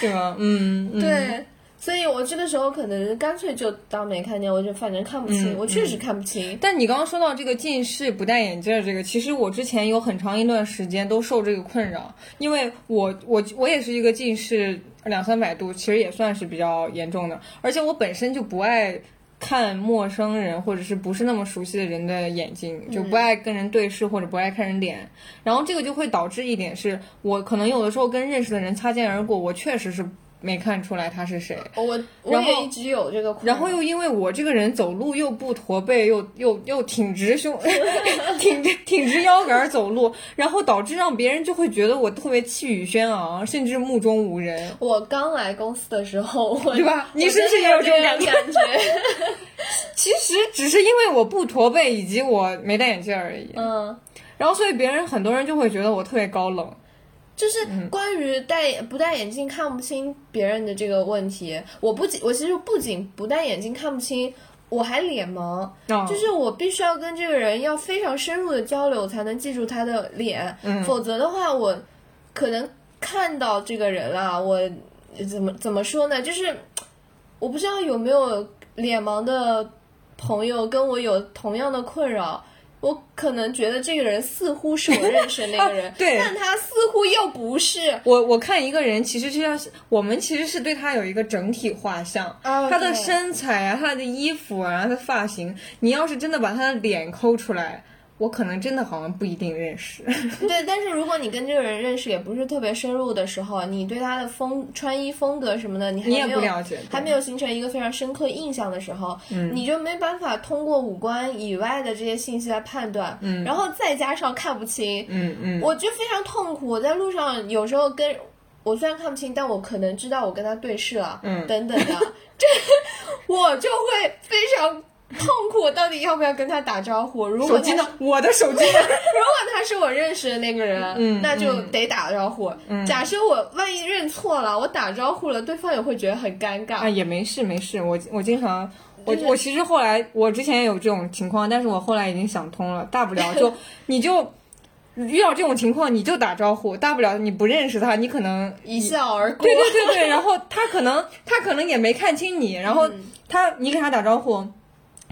[SPEAKER 2] 对吗？嗯，嗯，
[SPEAKER 1] 对。所以我这个时候可能干脆就当没看见，我就反正看不清，
[SPEAKER 2] 嗯
[SPEAKER 1] 我确实看不清。
[SPEAKER 2] 但你刚刚说到这个近视不戴眼镜儿这个，其实我之前有很长一段时间都受这个困扰，因为我我我也是一个近视两三百度，其实也算是比较严重的，而且我本身就不爱。看陌生人或者是不是那么熟悉的人的眼睛，就不爱跟人对视或者不爱看人脸，然后这个就会导致一点是我可能有的时候跟认识的人擦肩而过，我确实是没看出来他是谁，
[SPEAKER 1] 我我
[SPEAKER 2] 然后
[SPEAKER 1] 也一直有这个困扰，
[SPEAKER 2] 然后又因为我这个人走路又不驼背，又又又挺直胸， 挺挺直腰杆儿走路，然后导致让别人就会觉得我特别气宇轩昂，甚至目中无人。
[SPEAKER 1] 我刚来公司的时候，我
[SPEAKER 2] 对吧
[SPEAKER 1] 我
[SPEAKER 2] 你是不是也有
[SPEAKER 1] 真的
[SPEAKER 2] 这
[SPEAKER 1] 有这
[SPEAKER 2] 种
[SPEAKER 1] 种感觉？
[SPEAKER 2] 其实只是因为我不驼背以及我没戴眼镜而已。
[SPEAKER 1] 嗯，
[SPEAKER 2] 然后所以别人很多人就会觉得我特别高冷。嗯
[SPEAKER 1] 就是关于戴不戴眼镜看不清别人的这个问题，我不仅我其实不仅不戴眼镜看不清，我还脸盲，
[SPEAKER 2] 啊、
[SPEAKER 1] 就是我必须要跟这个人要非常深入的交流，才能记住他的脸，
[SPEAKER 2] 嗯
[SPEAKER 1] 否则的话，我可能看到这个人啦，我怎么怎么说呢？就是我不知道有没有脸盲的朋友跟我有同样的困扰。我可能觉得这个人似乎是我认识的那个人，
[SPEAKER 2] 啊 对
[SPEAKER 1] 但他似乎又不是。
[SPEAKER 2] 我我看一个人，其实就像是我们其实是对他有一个整体画像，
[SPEAKER 1] 啊
[SPEAKER 2] 他的
[SPEAKER 1] 对
[SPEAKER 2] 身材啊，他的衣服啊，他的发型，你要是真的把他的脸抠出来，我可能真的好像不一定认识。
[SPEAKER 1] 对，但是如果你跟这个人认识也不是特别深入的时候，啊你对他的风穿衣风格什么的，你还
[SPEAKER 2] 你也
[SPEAKER 1] 没
[SPEAKER 2] 不
[SPEAKER 1] 有
[SPEAKER 2] 了解，嗯
[SPEAKER 1] 还没有形成一个非常深刻印象的时候，你就没办法通过五官以外的这些信息来判断，然后再加上看不清，
[SPEAKER 2] 嗯 嗯
[SPEAKER 1] 我就非常痛苦。我在路上有时候跟我虽然看不清，但我可能知道我跟他对视了，
[SPEAKER 2] 嗯
[SPEAKER 1] 等等的，这我就会非常痛苦。到底要不要跟他打招呼？如果
[SPEAKER 2] 手
[SPEAKER 1] 他
[SPEAKER 2] 机
[SPEAKER 1] 是
[SPEAKER 2] 呢？我的手机
[SPEAKER 1] 如
[SPEAKER 2] 呢？
[SPEAKER 1] 果他是我认识的那个人，
[SPEAKER 2] 嗯
[SPEAKER 1] 那就得打招呼。假设我万一认错了，我打招呼了，对方也会觉得很尴尬。
[SPEAKER 2] 啊，也没事没事，我我经常。我
[SPEAKER 1] 就是
[SPEAKER 2] 我其实后来我之前也有这种情况，但是我后来已经想通了，大不 了就你就遇到这种情况你就打招呼，大不了你不认识他，你可能
[SPEAKER 1] 一笑而过
[SPEAKER 2] 对。对对对，然后他可能他可能也没看清你，然
[SPEAKER 1] 嗯
[SPEAKER 2] 后他你给他打招呼，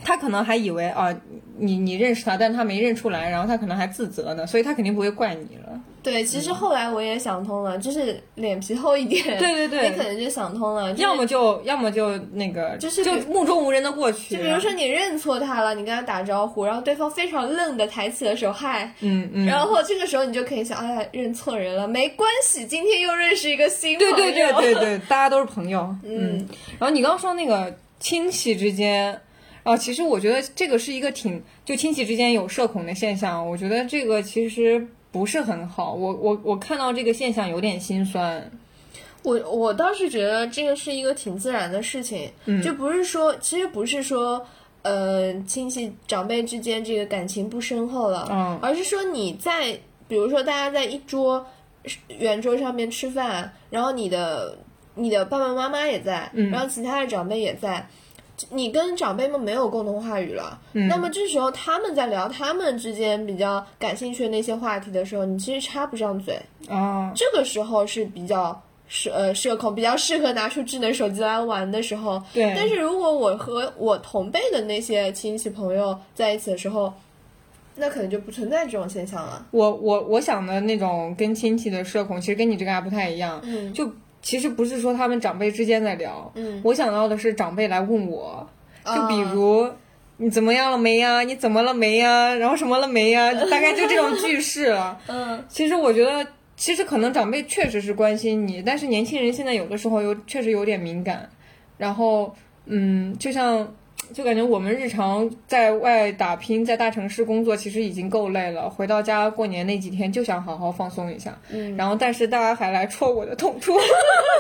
[SPEAKER 2] 他可能还以为啊你你认识他，但他没认出来，然后他可能还自责呢，所以他肯定不会怪你了。
[SPEAKER 1] 对，其实后来我也想通了，就是脸皮厚一点，
[SPEAKER 2] 对对对
[SPEAKER 1] 你可能就想通了。就是
[SPEAKER 2] 要么就要么就那个，
[SPEAKER 1] 就是
[SPEAKER 2] 就
[SPEAKER 1] 比
[SPEAKER 2] 目中无人的过去。啊
[SPEAKER 1] 就比如说你认错他了，你跟他打招呼，然后对方非常愣的抬起了手，嗨。
[SPEAKER 2] 嗯嗯，
[SPEAKER 1] 然后这个时候你就可以想，哎呀，认错人了，没关系，今天又认识一个新朋
[SPEAKER 2] 对
[SPEAKER 1] 友。
[SPEAKER 2] 对对对对，大家都是 朋友。嗯，然后你刚刚说那个亲戚之间，啊，其实我觉得这个是一个挺就亲戚之间有社恐的现象，我觉得这个其实不是很好。我我我看到这个现象有点心酸。
[SPEAKER 1] 我我倒是觉得这个是一个挺自然的事情，就不是说，其实不是说，呃，亲戚长辈之间这个感情不深厚了，
[SPEAKER 2] 嗯
[SPEAKER 1] 而是说你在，比如说大家在一桌圆桌上面吃饭，然后你的你的爸爸妈妈也在，然后其他的长辈也在。你跟长辈们没有共同话语了，那么这时候他们在聊他们之间比较感兴趣的那些话题的时候，你其实插不上嘴，
[SPEAKER 2] 啊，
[SPEAKER 1] 这个时候是比较社呃社恐，比较适合拿出智能手机来玩的时候。
[SPEAKER 2] 对
[SPEAKER 1] 但是如果我和我同辈的那些亲戚朋友在一起的时候，那可能就不存在这种现象了。
[SPEAKER 2] 我我我想的那种跟亲戚的社恐，其实跟你这个还不太一样。
[SPEAKER 1] 嗯
[SPEAKER 2] 就其实不是说他们长辈之间在聊，
[SPEAKER 1] 嗯，
[SPEAKER 2] 我想到的是长辈来问我，就
[SPEAKER 1] 啊
[SPEAKER 2] 比如、你怎么样了没呀？你怎么了没呀？然后什么了没呀？大概就这种句式了。
[SPEAKER 1] 嗯，
[SPEAKER 2] 其实我觉得，其实可能长辈确实是关心你，但是年轻人现在有的时候有确实有点敏感，然后嗯，就像。就感觉我们日常在外打拼，在大城市工作，其实已经够累了。回到家过年那几天，就想好好放松一下。
[SPEAKER 1] 嗯，
[SPEAKER 2] 然后但是大家还来戳我的痛处，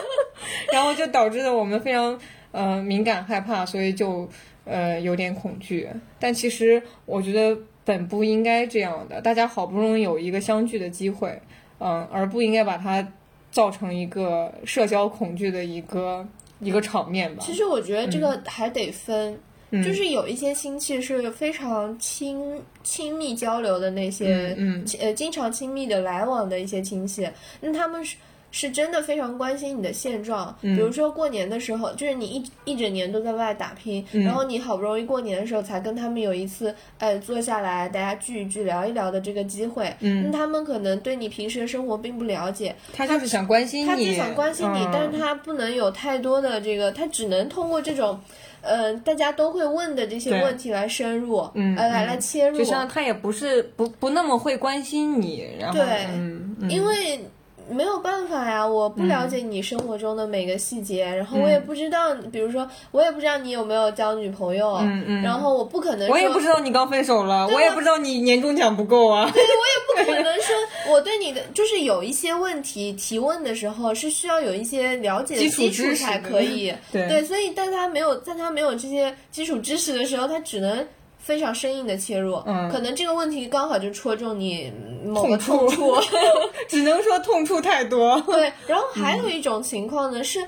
[SPEAKER 2] 然后就导致了我们非常呃敏感害怕，所以就呃有点恐惧。但其实我觉得本不应该这样的，大家好不容易有一个相聚的机会，嗯、而不应该把它造成一个社交恐惧的一个一个场面吧。嗯
[SPEAKER 1] 其实我觉得这个还得分。就是有一些亲戚是非常亲亲密交流的那些，
[SPEAKER 2] 嗯
[SPEAKER 1] 呃，经常亲密的来往的一些亲戚，那他们是。是真的非常关心你的现状，比
[SPEAKER 2] 嗯
[SPEAKER 1] 如说过年的时候，就是你一一整年都在外打拼，
[SPEAKER 2] 嗯
[SPEAKER 1] 然后你好不容易过年的时候才跟他们有一次，哎，坐下来大家聚一聚、聊一聊的这个机会，
[SPEAKER 2] 嗯
[SPEAKER 1] 那他们可能对你平时的生活并不了解，
[SPEAKER 2] 他就是想关心你，
[SPEAKER 1] 他只想关心你，
[SPEAKER 2] 嗯
[SPEAKER 1] 但是他不能有太多的这个，他只能通过这种，呃，大家都会问的这些
[SPEAKER 2] 对
[SPEAKER 1] 问题来深入，
[SPEAKER 2] 嗯
[SPEAKER 1] 呃，来
[SPEAKER 2] 嗯
[SPEAKER 1] 来切入，
[SPEAKER 2] 就像他也不是不不那么会关心你，然后
[SPEAKER 1] 对
[SPEAKER 2] 嗯嗯
[SPEAKER 1] 因为没有办法呀，我不了解你生活中的每个细节，
[SPEAKER 2] 嗯
[SPEAKER 1] 然后我也不知道，比如说我也不知道你有没有交女朋友，
[SPEAKER 2] 嗯嗯
[SPEAKER 1] 然后我不可能说，
[SPEAKER 2] 我也不知道你刚分手了，我也不知道你年终奖不够啊。
[SPEAKER 1] 不可能说我对你的就是有一些问题提问的时候是需要有一些了解的
[SPEAKER 2] 基础
[SPEAKER 1] 基础
[SPEAKER 2] 知识
[SPEAKER 1] 才可以，
[SPEAKER 2] 对
[SPEAKER 1] 所以但他没有在他没有这些基础知识的时候，他只能。非常生硬的切入，
[SPEAKER 2] 嗯
[SPEAKER 1] 可能这个问题刚好就戳中你某个
[SPEAKER 2] 痛
[SPEAKER 1] 痛
[SPEAKER 2] 处
[SPEAKER 1] 处，
[SPEAKER 2] 只能说痛处太 多。
[SPEAKER 1] 对，然后
[SPEAKER 2] 嗯
[SPEAKER 1] 还有一种情况呢、是，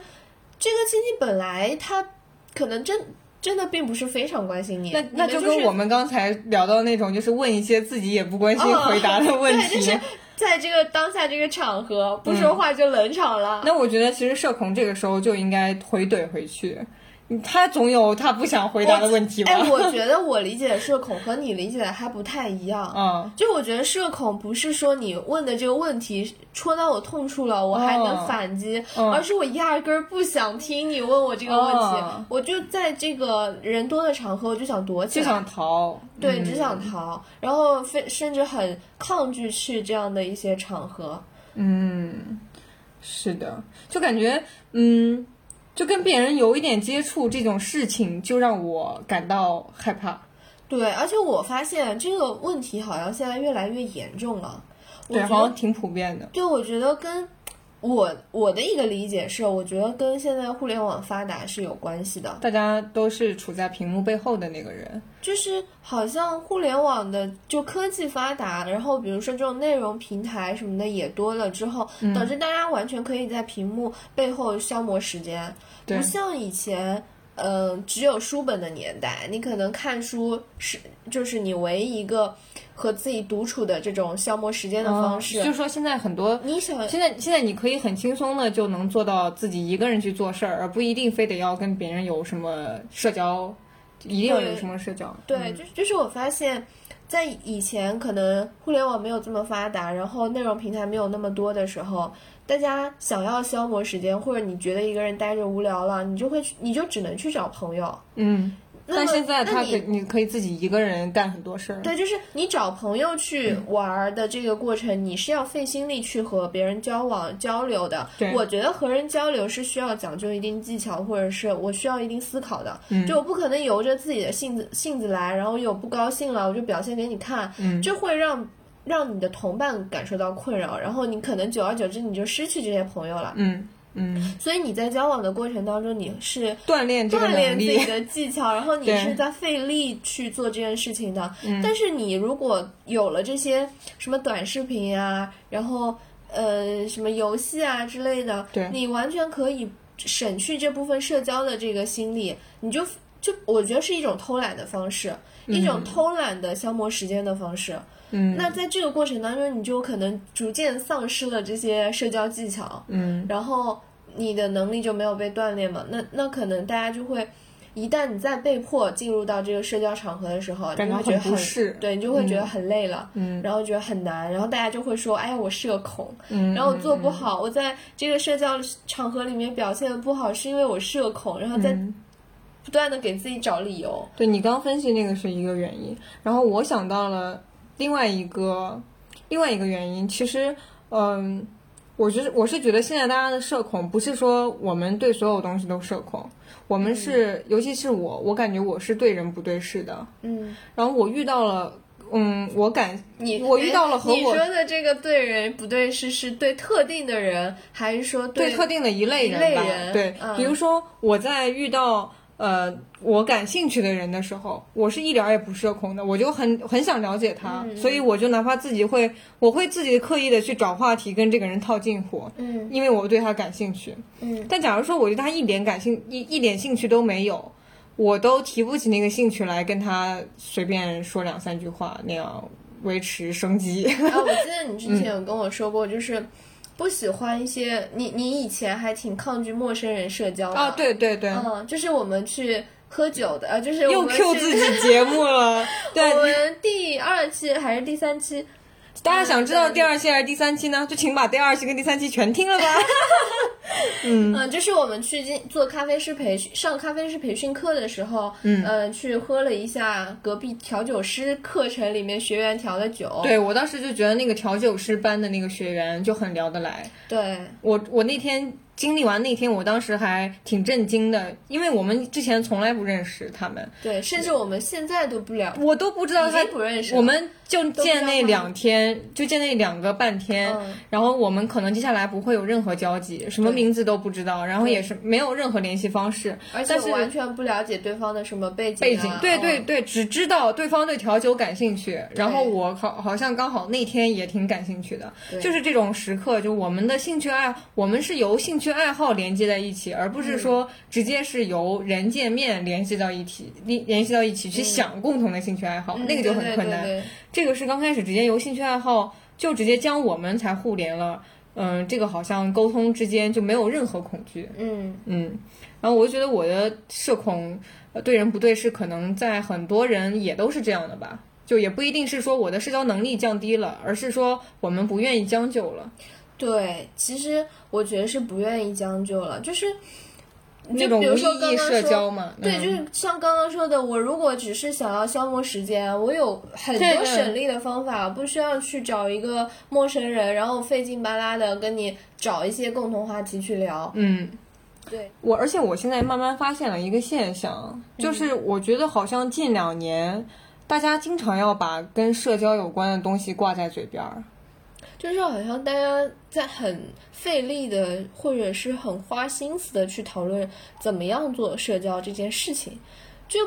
[SPEAKER 1] 这个亲戚本来他可能真真的并不是非常关心你，
[SPEAKER 2] 那那
[SPEAKER 1] 你们就
[SPEAKER 2] 跟
[SPEAKER 1] 是
[SPEAKER 2] 我们刚才聊到那种，就是问一些自己也不关心
[SPEAKER 1] 哦
[SPEAKER 2] 回答的问
[SPEAKER 1] 对，
[SPEAKER 2] 题。
[SPEAKER 1] 就是在这个当下这个场合不
[SPEAKER 2] 嗯
[SPEAKER 1] 说话就冷场了。
[SPEAKER 2] 那我觉得其实社恐这个时候就应该回怼回去，他总有他不想回答的问题吧？
[SPEAKER 1] 哎，我觉得我理解的社恐和你理解的还不太一样。
[SPEAKER 2] 嗯，
[SPEAKER 1] 就我觉得社恐不是说你问的这个问题戳到我痛处了，我还能反击，
[SPEAKER 2] 嗯
[SPEAKER 1] 而是我压根儿不想听你问我这个问题，
[SPEAKER 2] 哦
[SPEAKER 1] 我就在这个人多的场合我就想躲起
[SPEAKER 2] 就
[SPEAKER 1] 来，
[SPEAKER 2] 想逃。
[SPEAKER 1] 对，
[SPEAKER 2] 嗯
[SPEAKER 1] 只想逃，然后非甚至很抗拒去这样的一些场合。
[SPEAKER 2] 嗯，是的，就感觉嗯，就跟别人有一点接触这种事情，就让我感到害怕。
[SPEAKER 1] 对，而且我发现这个问题好像现在越来越严重了。我
[SPEAKER 2] 对，
[SPEAKER 1] 觉
[SPEAKER 2] 好
[SPEAKER 1] 得
[SPEAKER 2] 像，挺普遍的。
[SPEAKER 1] 对，我觉得跟我我的一个理解是，我觉得跟现在互联网发达是有关系的。
[SPEAKER 2] 大家都是处在屏幕背后的那个人，
[SPEAKER 1] 就是好像互联网的就科技发达，然后比如说这种内容平台什么的也多了之后，
[SPEAKER 2] 嗯
[SPEAKER 1] 导致大家完全可以在屏幕背后消磨时间，
[SPEAKER 2] 对
[SPEAKER 1] 不像以前。嗯，只有书本的年代，你可能看书是就是你唯一一个和自己独处的这种消磨时间的方式。
[SPEAKER 2] 嗯哦就是说现在很多，
[SPEAKER 1] 你想
[SPEAKER 2] 现在现在你可以很轻松的就能做到自己一个人去做事儿，而不一定非得要跟别人有什么社交，一定要有什么社交。
[SPEAKER 1] 对，就是就是我发现，在以前可能互联网没有这么发达，然后内容平台没有那么多的时候，大家想要消磨时间，或者你觉得一个人待着无聊了，你就会去，你就只能去找朋友。
[SPEAKER 2] 嗯，
[SPEAKER 1] 那
[SPEAKER 2] 但
[SPEAKER 1] 么
[SPEAKER 2] 现在
[SPEAKER 1] 那
[SPEAKER 2] 他可
[SPEAKER 1] 你
[SPEAKER 2] 你可以自己一个人干很多事儿。
[SPEAKER 1] 对，就是你找朋友去
[SPEAKER 2] 嗯
[SPEAKER 1] 玩儿的这个过程，你是要费心力去和别人交往交流的。
[SPEAKER 2] 对
[SPEAKER 1] 我觉得和人交流是需要讲究一定技巧，或者是我需要一定思考的。
[SPEAKER 2] 嗯
[SPEAKER 1] 就我不可能由着自己的性子性子来，然后有不高兴了我就表现给你看，
[SPEAKER 2] 嗯
[SPEAKER 1] 这会让。让你的同伴感受到困扰，然后你可能久而久之你就失去这些朋友了。
[SPEAKER 2] 嗯嗯，
[SPEAKER 1] 所以你在交往的过程当中，你是
[SPEAKER 2] 锻炼这个
[SPEAKER 1] 锻炼
[SPEAKER 2] 能
[SPEAKER 1] 自
[SPEAKER 2] 力
[SPEAKER 1] 己，的技 巧，然后你
[SPEAKER 2] 对
[SPEAKER 1] 是在费力去做这件事情的。但是你如果有了这些什么短视频啊，然后呃什么游戏啊之类的
[SPEAKER 2] 对，
[SPEAKER 1] 你完全可以省去这部分社交的这个心理，你就就我觉得是一种偷懒的方式，一种偷懒的消磨时间的方式。
[SPEAKER 2] 嗯
[SPEAKER 1] 那在这个过程当中，你就可能逐渐丧失了这些社交技巧，
[SPEAKER 2] 嗯，
[SPEAKER 1] 然后你的能力就没有被锻炼嘛。那那可能大家就会，一旦你再被迫进入到这个社交场合的时候，
[SPEAKER 2] 感
[SPEAKER 1] 你
[SPEAKER 2] 到
[SPEAKER 1] 会觉得
[SPEAKER 2] 很不
[SPEAKER 1] 很
[SPEAKER 2] 适
[SPEAKER 1] 对，你就会觉得很累了，嗯，然后觉得很难，然后大家就会说，哎呀，我社恐，
[SPEAKER 2] 嗯
[SPEAKER 1] 然后我做不好，我在这个社交场合里面表现的不好，是因为我社恐，然后再
[SPEAKER 2] 嗯
[SPEAKER 1] 不断的给自己找理由，
[SPEAKER 2] 对你刚分析那个是一个原因，然后我想到了另外一个另外一个原因，其实嗯，我是我是觉得现在大家的社恐不是说我们对所有东西都社恐，我
[SPEAKER 1] 嗯
[SPEAKER 2] 们是、尤其是我，我感觉我是对人不对事的，
[SPEAKER 1] 嗯，
[SPEAKER 2] 然后我遇到了。嗯，我感
[SPEAKER 1] 你哎
[SPEAKER 2] 我遇到了和
[SPEAKER 1] 你
[SPEAKER 2] 我
[SPEAKER 1] 说的这个对人不对事，是对特定的人，还是说
[SPEAKER 2] 对特定的一类人吧，
[SPEAKER 1] 一类人
[SPEAKER 2] 对，
[SPEAKER 1] 嗯
[SPEAKER 2] 比如说我在遇到呃我感兴趣的人的时候，我是一点儿也不社恐的，我就很很想了解他，
[SPEAKER 1] 嗯
[SPEAKER 2] 所以我就哪怕自己会，我会自己刻意的去找话题跟这个人套近乎，
[SPEAKER 1] 嗯
[SPEAKER 2] 因为我对他感兴趣。
[SPEAKER 1] 嗯
[SPEAKER 2] 但假如说我对他一点感兴一一点兴趣都没有，我都提不起那个兴趣来跟他随便说两三句话那样维持生机。
[SPEAKER 1] 啊，我记得你之
[SPEAKER 2] 嗯
[SPEAKER 1] 前有跟我说过，就是不喜欢一些你你以前还挺抗拒陌生人社交的
[SPEAKER 2] 啊，，对对对，
[SPEAKER 1] 嗯，就是我们去喝酒的，呃，就是我
[SPEAKER 2] 又
[SPEAKER 1] 们
[SPEAKER 2] Q
[SPEAKER 1] 去
[SPEAKER 2] 自己节 目了。对
[SPEAKER 1] 我，们第二期还是第三期，
[SPEAKER 2] 大家想知道第二期还是第三期呢？就请把第二期跟第三期全听了吧。
[SPEAKER 1] 嗯、就是我们去进做咖啡师培训，上咖啡师培训课的时候，嗯、呃，去喝了一下隔壁调酒师课程里面学员调的酒，
[SPEAKER 2] 对我当时就觉得那个调酒师班的那个学员就很聊得来。
[SPEAKER 1] 对
[SPEAKER 2] 我我那天经历完那天，我当时还挺震惊的，因为我们之前从来不认识他们，
[SPEAKER 1] 对，甚至我们现在都不了，
[SPEAKER 2] 我都不知道
[SPEAKER 1] 已
[SPEAKER 2] 他
[SPEAKER 1] 经不认识了
[SPEAKER 2] 我们就
[SPEAKER 1] 不知道
[SPEAKER 2] 见那
[SPEAKER 1] 他
[SPEAKER 2] 两天，就见那两个半天，
[SPEAKER 1] 嗯
[SPEAKER 2] 然后我们可能接下来不会有任何交集，什么
[SPEAKER 1] 对
[SPEAKER 2] 名字都不知道，然后也是没有任何联系方式，
[SPEAKER 1] 而且
[SPEAKER 2] 但是
[SPEAKER 1] 我完全不了解对方的什么背景、啊、
[SPEAKER 2] 背景，对对
[SPEAKER 1] 嗯
[SPEAKER 2] 对，只知道对方对调酒感兴趣，然后
[SPEAKER 1] 对
[SPEAKER 2] 我好好像刚好那天也挺感兴趣的，
[SPEAKER 1] 对
[SPEAKER 2] 就是这种时刻，就我们的兴趣爱，我们是由兴趣爱好连接在一起，而
[SPEAKER 1] 嗯
[SPEAKER 2] 不是说直接是由人见面联系到一起，联联系到一起去想共同的兴趣爱好，
[SPEAKER 1] 嗯
[SPEAKER 2] 那个就很
[SPEAKER 1] 对对
[SPEAKER 2] 困
[SPEAKER 1] 对
[SPEAKER 2] 难。
[SPEAKER 1] 对
[SPEAKER 2] 这个是刚开始直接由兴趣爱好就直接将我们才互联了，嗯，这个好像沟通之间就没有任何恐惧，
[SPEAKER 1] 嗯，
[SPEAKER 2] 嗯，然后我就觉得我的社恐呃对人不对事，可能在很多人也都是这样的吧。就也不一定是说我的社交能力降低了，而是说我们不愿意将就了。
[SPEAKER 1] 对，其实我觉得是不愿意将就了，就是。
[SPEAKER 2] 那
[SPEAKER 1] 就
[SPEAKER 2] 种
[SPEAKER 1] 比
[SPEAKER 2] 无
[SPEAKER 1] 如
[SPEAKER 2] 意
[SPEAKER 1] 说刚
[SPEAKER 2] 义
[SPEAKER 1] 刚
[SPEAKER 2] 社
[SPEAKER 1] 说
[SPEAKER 2] 交嘛，
[SPEAKER 1] 对，
[SPEAKER 2] 嗯
[SPEAKER 1] 就是像刚刚说的，我如果只是想要消磨时间，我有很
[SPEAKER 2] 对
[SPEAKER 1] 多
[SPEAKER 2] 对
[SPEAKER 1] 省力的方法，不需要去找一个陌生人，然后费劲巴拉的跟你找一些共同话题去聊。
[SPEAKER 2] 嗯，
[SPEAKER 1] 对，
[SPEAKER 2] 我而且我现在慢慢发现了一个现象，
[SPEAKER 1] 嗯
[SPEAKER 2] 就是我觉得好像近两年大家经常要把跟社交有关的东西挂在嘴边儿。
[SPEAKER 1] 就是好像大家在很费力的，或者是很花心思的去讨论怎么样做社交这件事情，就。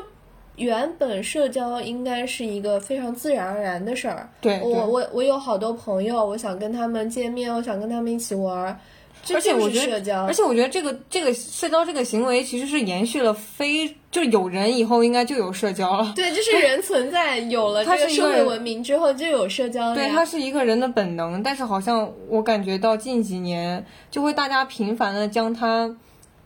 [SPEAKER 1] 原本社交应该是一个非常自然而然的事儿。
[SPEAKER 2] 对哎对
[SPEAKER 1] 我我我有好多朋友，我想跟他们见面，我想跟他们一起玩儿，这
[SPEAKER 2] 而且
[SPEAKER 1] 就是
[SPEAKER 2] 我觉得
[SPEAKER 1] 社交
[SPEAKER 2] 而，且我觉得这个这个社交这个行为其实是延续了非就是有人以后应该就有社交了。
[SPEAKER 1] 对，就是人存在有了
[SPEAKER 2] 它
[SPEAKER 1] 这个
[SPEAKER 2] 是一
[SPEAKER 1] 社
[SPEAKER 2] 个
[SPEAKER 1] 会文明之后就有社交了
[SPEAKER 2] 对，
[SPEAKER 1] 呀
[SPEAKER 2] 它是一个人的本能，但是好像我感觉到近几年就会大家频繁的将它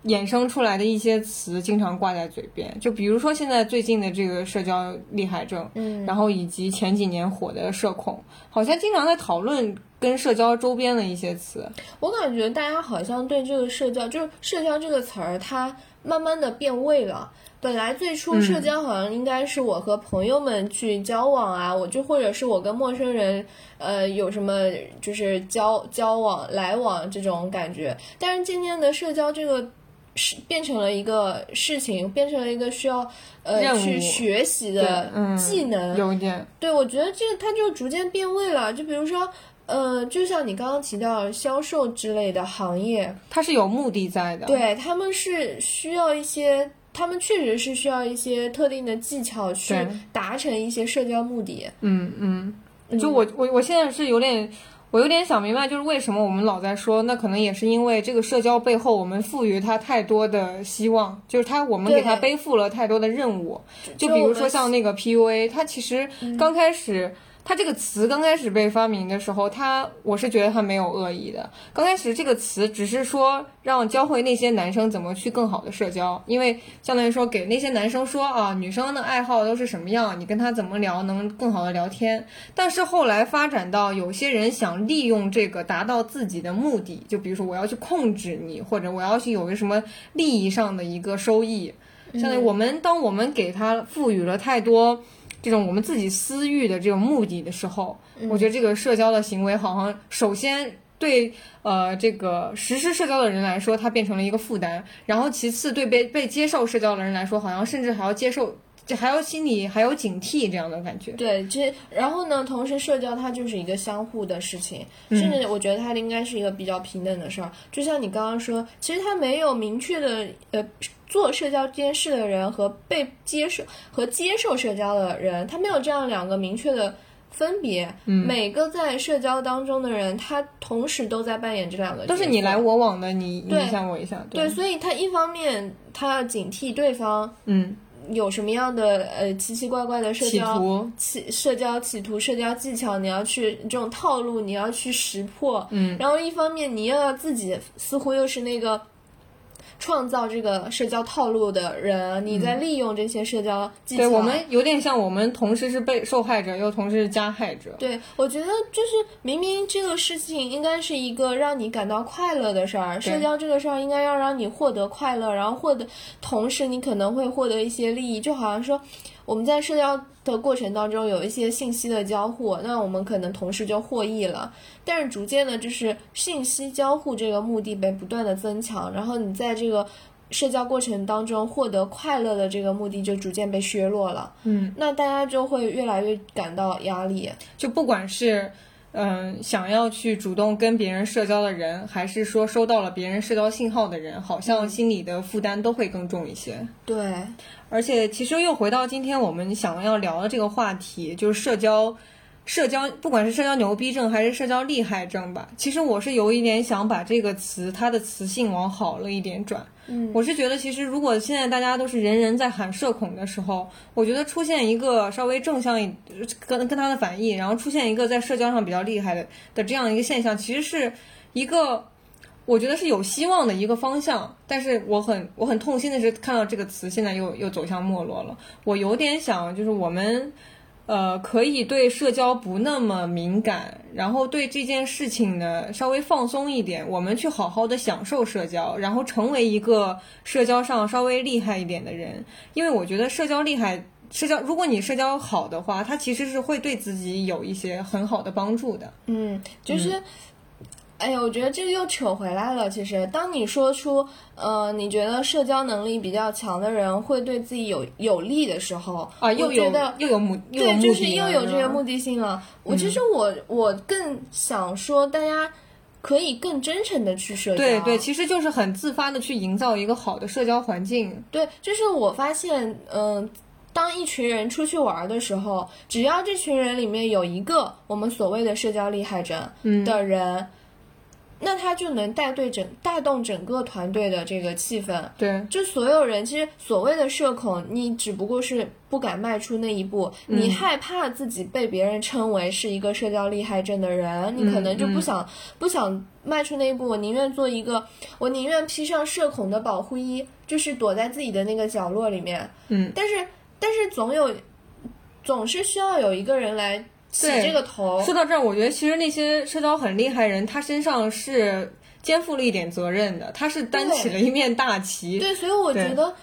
[SPEAKER 2] 衍生出来的一些词经常挂在嘴边，就比如说现在最近的这个社交厉害症，
[SPEAKER 1] 嗯，
[SPEAKER 2] 然后以及前几年火的社恐，好像经常在讨论跟社交周边的一些词。
[SPEAKER 1] 我感觉大家好像对这个社交，就是社交这个词儿，它慢慢的变味了。本来最初
[SPEAKER 2] 嗯
[SPEAKER 1] 社交好像应该是我和朋友们去交往啊，我就或者是我跟陌生人，呃，有什么就是交交往来往这种感觉。但是渐渐的，社交这个是变成了一个事情，变成了一个需要呃
[SPEAKER 2] 任务
[SPEAKER 1] 去学习的
[SPEAKER 2] 对嗯
[SPEAKER 1] 技能。
[SPEAKER 2] 有一点，
[SPEAKER 1] 对，我觉得这个它就逐渐变味了。就比如说，呃，就像你刚刚提到销售之类的行业，
[SPEAKER 2] 它是有目的在的。
[SPEAKER 1] 对他们是需要一些，他们确实是需要一些特定的技巧去
[SPEAKER 2] 对
[SPEAKER 1] 达成一些社交目的。
[SPEAKER 2] 嗯，嗯，就我我我现在是有点，我有点想明白，就是为什么我们老在说，那可能也是因为这个社交背后，我们赋予它太多的希望，就是它我们
[SPEAKER 1] 对
[SPEAKER 2] 给它背负了太多的任务。就
[SPEAKER 1] 就
[SPEAKER 2] 比
[SPEAKER 1] 我
[SPEAKER 2] 如
[SPEAKER 1] 们嗯
[SPEAKER 2] 说像那个 PUA，它其实刚开始。它这个词刚开始被发明的时候，它我是觉得它没有恶意的。刚开始这个词只是说让教会那些男生怎么去更好的社交，因为相当于说给那些男生说啊，女生的爱好都是什么样，你跟她怎么聊能更好的聊天。但是后来发展到有些人想利用这个达到自己的目的，就比如说我要去控制你，或者我要去有个什么利益上的一个收益。
[SPEAKER 1] 嗯
[SPEAKER 2] 相当于我们当我们给他赋予了太多这种我们自己私欲的这种目的的时候，
[SPEAKER 1] 嗯
[SPEAKER 2] 我觉得这个社交的行为好像首先。对，呃，这个实施社交的人来说，它变成了一个负担；然后其次，对被被接受社交的人来说，好像甚至还要接受，就还要心里还有警惕这样的感觉。
[SPEAKER 1] 对，这然后呢，同时社交它就是一个相互的事情，
[SPEAKER 2] 嗯
[SPEAKER 1] 甚至我觉得它应该是一个比较平等的事儿。就像你刚刚说，其实它没有明确的呃。做社交这件事的人和被接受和接受社交的人，他没有这样两个明确的分别。
[SPEAKER 2] 嗯
[SPEAKER 1] 每个在社交当中的人，他同时都在扮演这两个角色，
[SPEAKER 2] 都是你来我往的，你你
[SPEAKER 1] 对
[SPEAKER 2] 一下我一下，
[SPEAKER 1] 对，所以他一方面他要警惕对方
[SPEAKER 2] 嗯，
[SPEAKER 1] 有什么样的呃奇奇怪怪的社
[SPEAKER 2] 企
[SPEAKER 1] 交
[SPEAKER 2] 图，
[SPEAKER 1] 企社交企图、社交技巧，你要去这种套路，你要去识破。
[SPEAKER 2] 嗯，
[SPEAKER 1] 然后一方面你又要自己似乎又是那个创造这个社交套路的人，啊你在利用这些社交技巧。
[SPEAKER 2] 嗯对我们有点像，我们同时是被受害者，又同时是加害者。
[SPEAKER 1] 对，我觉得就是明明这个事情应该是一个让你感到快乐的事儿，社
[SPEAKER 2] 对
[SPEAKER 1] 交这个事儿应该要让你获得快乐，然后获得同时你可能会获得一些利益，就好像说我们在社交的过程当中有一些信息的交互，那我们可能同时就获益了，但是逐渐的就是信息交互这个目的被不断的增强，然后你在这个。社交过程当中获得快乐的这个目的就逐渐被削弱了，
[SPEAKER 2] 嗯，
[SPEAKER 1] 那大家就会越来越感到压力。
[SPEAKER 2] 就不管是嗯、想要去主动跟别人社交的人，还是说收到了别人社交信号的人，好
[SPEAKER 1] 嗯
[SPEAKER 2] 像心理的负担都会更重一些。
[SPEAKER 1] 对，
[SPEAKER 2] 而且，其实又回到今天我们想要聊的这个话题，就是社交。社交，不管是社交牛逼症还是社交厉害症吧，其实我是有一点想把这个词它的词性往好了一点转。
[SPEAKER 1] 嗯，
[SPEAKER 2] 我是觉得，其实如果现在大家都是人人在喊社恐的时候，我觉得出现一个稍微正向一跟跟他的反义，然后出现一个在社交上比较厉害的的这样一个现象，其实是一个我觉得是有希望的一个方向。但是我很我很痛心的是，看到这个词现在又又走向没落了。我有点想，就是我们。呃，可以对社交不那么敏感，然后对这件事情呢稍微放松一点，我们去好好的享受社交，然后成为一个社交上稍微厉害一点的人。因为我觉得社交厉害，社交如果你社交好的话，它其实是会对自己有一些很好的帮助的。
[SPEAKER 1] 嗯，就是，哎呀，我觉得这个又扯回来了。其实，当你说出，呃，你觉得社交能力比较强的人会对自己有有利的时候，
[SPEAKER 2] 啊，又
[SPEAKER 1] 我觉
[SPEAKER 2] 有
[SPEAKER 1] 得
[SPEAKER 2] 又有目又有
[SPEAKER 1] 对，
[SPEAKER 2] 目的
[SPEAKER 1] 就是又
[SPEAKER 2] 了
[SPEAKER 1] 有这个
[SPEAKER 2] 吧嗯
[SPEAKER 1] 目的性了。我其实我我更想说，大家可以更真诚的去社交。
[SPEAKER 2] 对对，其实就是很自发的去营造一个好的社交环境。
[SPEAKER 1] 对，就是我发现，嗯、当一群人出去玩儿的时候，只要这群人里面有一个我们所谓的社交厉害症
[SPEAKER 2] 嗯
[SPEAKER 1] 的人，那他就能带队整带动整个团队的这个气氛。
[SPEAKER 2] 对，
[SPEAKER 1] 就所有人，其实所谓的社恐，你只不过是不敢迈出那一步，
[SPEAKER 2] 嗯
[SPEAKER 1] 你害怕自己被别人称为是一个社交厉害症的人，
[SPEAKER 2] 嗯
[SPEAKER 1] 你可能就不想、不想迈出那一步。我宁愿做一个，我宁愿披上社恐的保护衣，就是躲在自己的那个角落里面。
[SPEAKER 2] 嗯，
[SPEAKER 1] 但是但是总有总是需要有一个人来起
[SPEAKER 2] 对
[SPEAKER 1] 这个头。
[SPEAKER 2] 说到这儿，我觉得其实那些社交很厉害人，他身上是肩负了一点责任的，他是担起了一面大旗。
[SPEAKER 1] 对，所以我觉
[SPEAKER 2] 对
[SPEAKER 1] 得，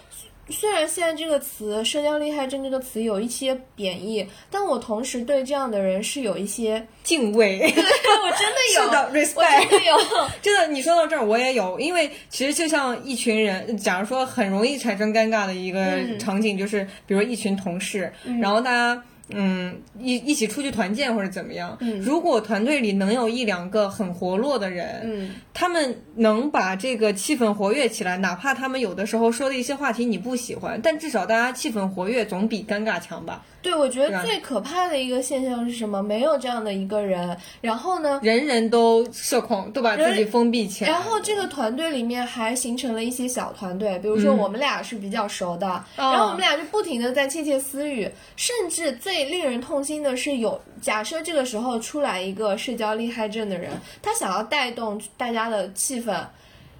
[SPEAKER 1] 虽然现在这个词“社交厉害症”这个词有一些贬义，但我同时对这样的人是有一些，
[SPEAKER 2] 敬畏。
[SPEAKER 1] 我真的有，
[SPEAKER 2] 是的
[SPEAKER 1] 我真的 有，
[SPEAKER 2] 真的，你说到这儿，我也有，因为其实就像一群人，假如说很容易产生尴尬的一个
[SPEAKER 1] 嗯
[SPEAKER 2] 场景，就是比如一群同事，然后大家。嗯，一一起出去团建或者怎么样？
[SPEAKER 1] 嗯
[SPEAKER 2] 如果团队里能有一两个很活络的人，
[SPEAKER 1] 嗯，
[SPEAKER 2] 他们能把这个气氛活跃起来，哪怕他们有的时候说的一些话题你不喜欢，但至少大家气氛活跃总比尴尬强吧？
[SPEAKER 1] 对，我觉
[SPEAKER 2] 对
[SPEAKER 1] 得最可怕的一个现象是什么？没有这样的一个人，然后呢？
[SPEAKER 2] 人人都社恐，都把自己封闭起来。
[SPEAKER 1] 然后这个团队里面还形成了一些小团队，比如说我们俩是比较熟的，
[SPEAKER 2] 哦
[SPEAKER 1] 然后我们俩就不停的在窃窃私语，甚至最令人痛心的是有，假设这个时候出来一个社交厉害症的人，他想要带动大家的气氛，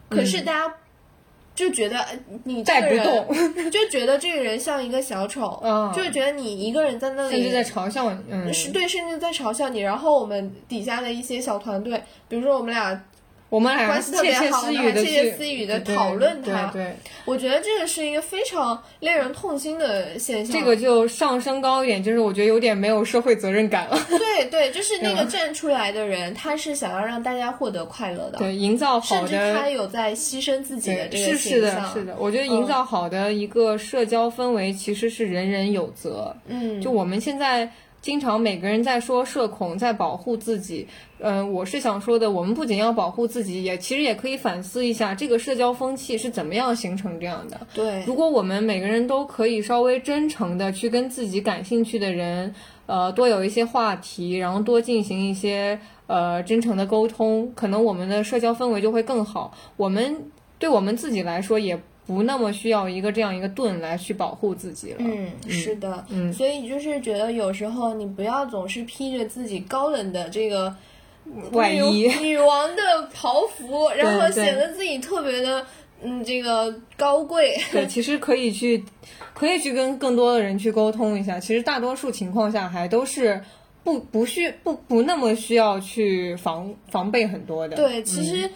[SPEAKER 1] 可是大家就觉得呃你这
[SPEAKER 2] 嗯带
[SPEAKER 1] 个
[SPEAKER 2] 不
[SPEAKER 1] 人
[SPEAKER 2] 动，
[SPEAKER 1] 就觉得这个人像一个小丑，
[SPEAKER 2] 嗯
[SPEAKER 1] 就觉得你一个人在那
[SPEAKER 2] 甚至
[SPEAKER 1] 里
[SPEAKER 2] 在嘲笑你。嗯，
[SPEAKER 1] 是对，甚至在嘲笑你。然后我们底下的一些小团队，比如说我们俩，
[SPEAKER 2] 我们俩
[SPEAKER 1] 关系特
[SPEAKER 2] 窃
[SPEAKER 1] 别
[SPEAKER 2] 窃
[SPEAKER 1] 好
[SPEAKER 2] 私
[SPEAKER 1] 的
[SPEAKER 2] 语
[SPEAKER 1] 还
[SPEAKER 2] 的
[SPEAKER 1] 窃窃私语地讨论它
[SPEAKER 2] 对对
[SPEAKER 1] 我觉得这个是一个非常令人痛心的现象。
[SPEAKER 2] 对，这个就上升高一点，就是我觉得有点没有社会责任感了。
[SPEAKER 1] 对对，就是
[SPEAKER 2] 啊
[SPEAKER 1] 那个站出来的人，他是想要让大家获得快乐的，
[SPEAKER 2] 对，营造
[SPEAKER 1] 甚
[SPEAKER 2] 好
[SPEAKER 1] 至他
[SPEAKER 2] 的。
[SPEAKER 1] 有在牺牲自己的
[SPEAKER 2] 对，
[SPEAKER 1] 这
[SPEAKER 2] 是
[SPEAKER 1] 个
[SPEAKER 2] 是
[SPEAKER 1] 形
[SPEAKER 2] 的，
[SPEAKER 1] 象。嗯
[SPEAKER 2] 是的，我觉得营造好的一个社交氛围其实是人人有责，
[SPEAKER 1] 嗯，
[SPEAKER 2] 就我们现在经常每个人在说社恐，在保护自己。嗯、我是想说的，我们不仅要保护自己，也其实也可以反思一下这个社交风气是怎么样形成这样的。
[SPEAKER 1] 对，
[SPEAKER 2] 如果我们每个人都可以稍微真诚的去跟自己感兴趣的人，呃，多有一些话题，然后多进行一些呃真诚的沟通，可能我们的社交氛围就会更好。我们对我们自己来说也。不那么需要一个这样一个盾来去保护自己了。
[SPEAKER 1] 嗯，是的，嗯，所以就是觉得有时候你不要总是披着自己高冷的这个
[SPEAKER 2] 外衣
[SPEAKER 1] 女 女王的袍服，然后
[SPEAKER 2] 对
[SPEAKER 1] 显得自己特别的嗯这个高贵。
[SPEAKER 2] 对，其实可以去，可以去跟更多的人去沟通一下。其实大多数情况下还都是不不需不不那么需要去防防备很多的。嗯
[SPEAKER 1] 对，其实、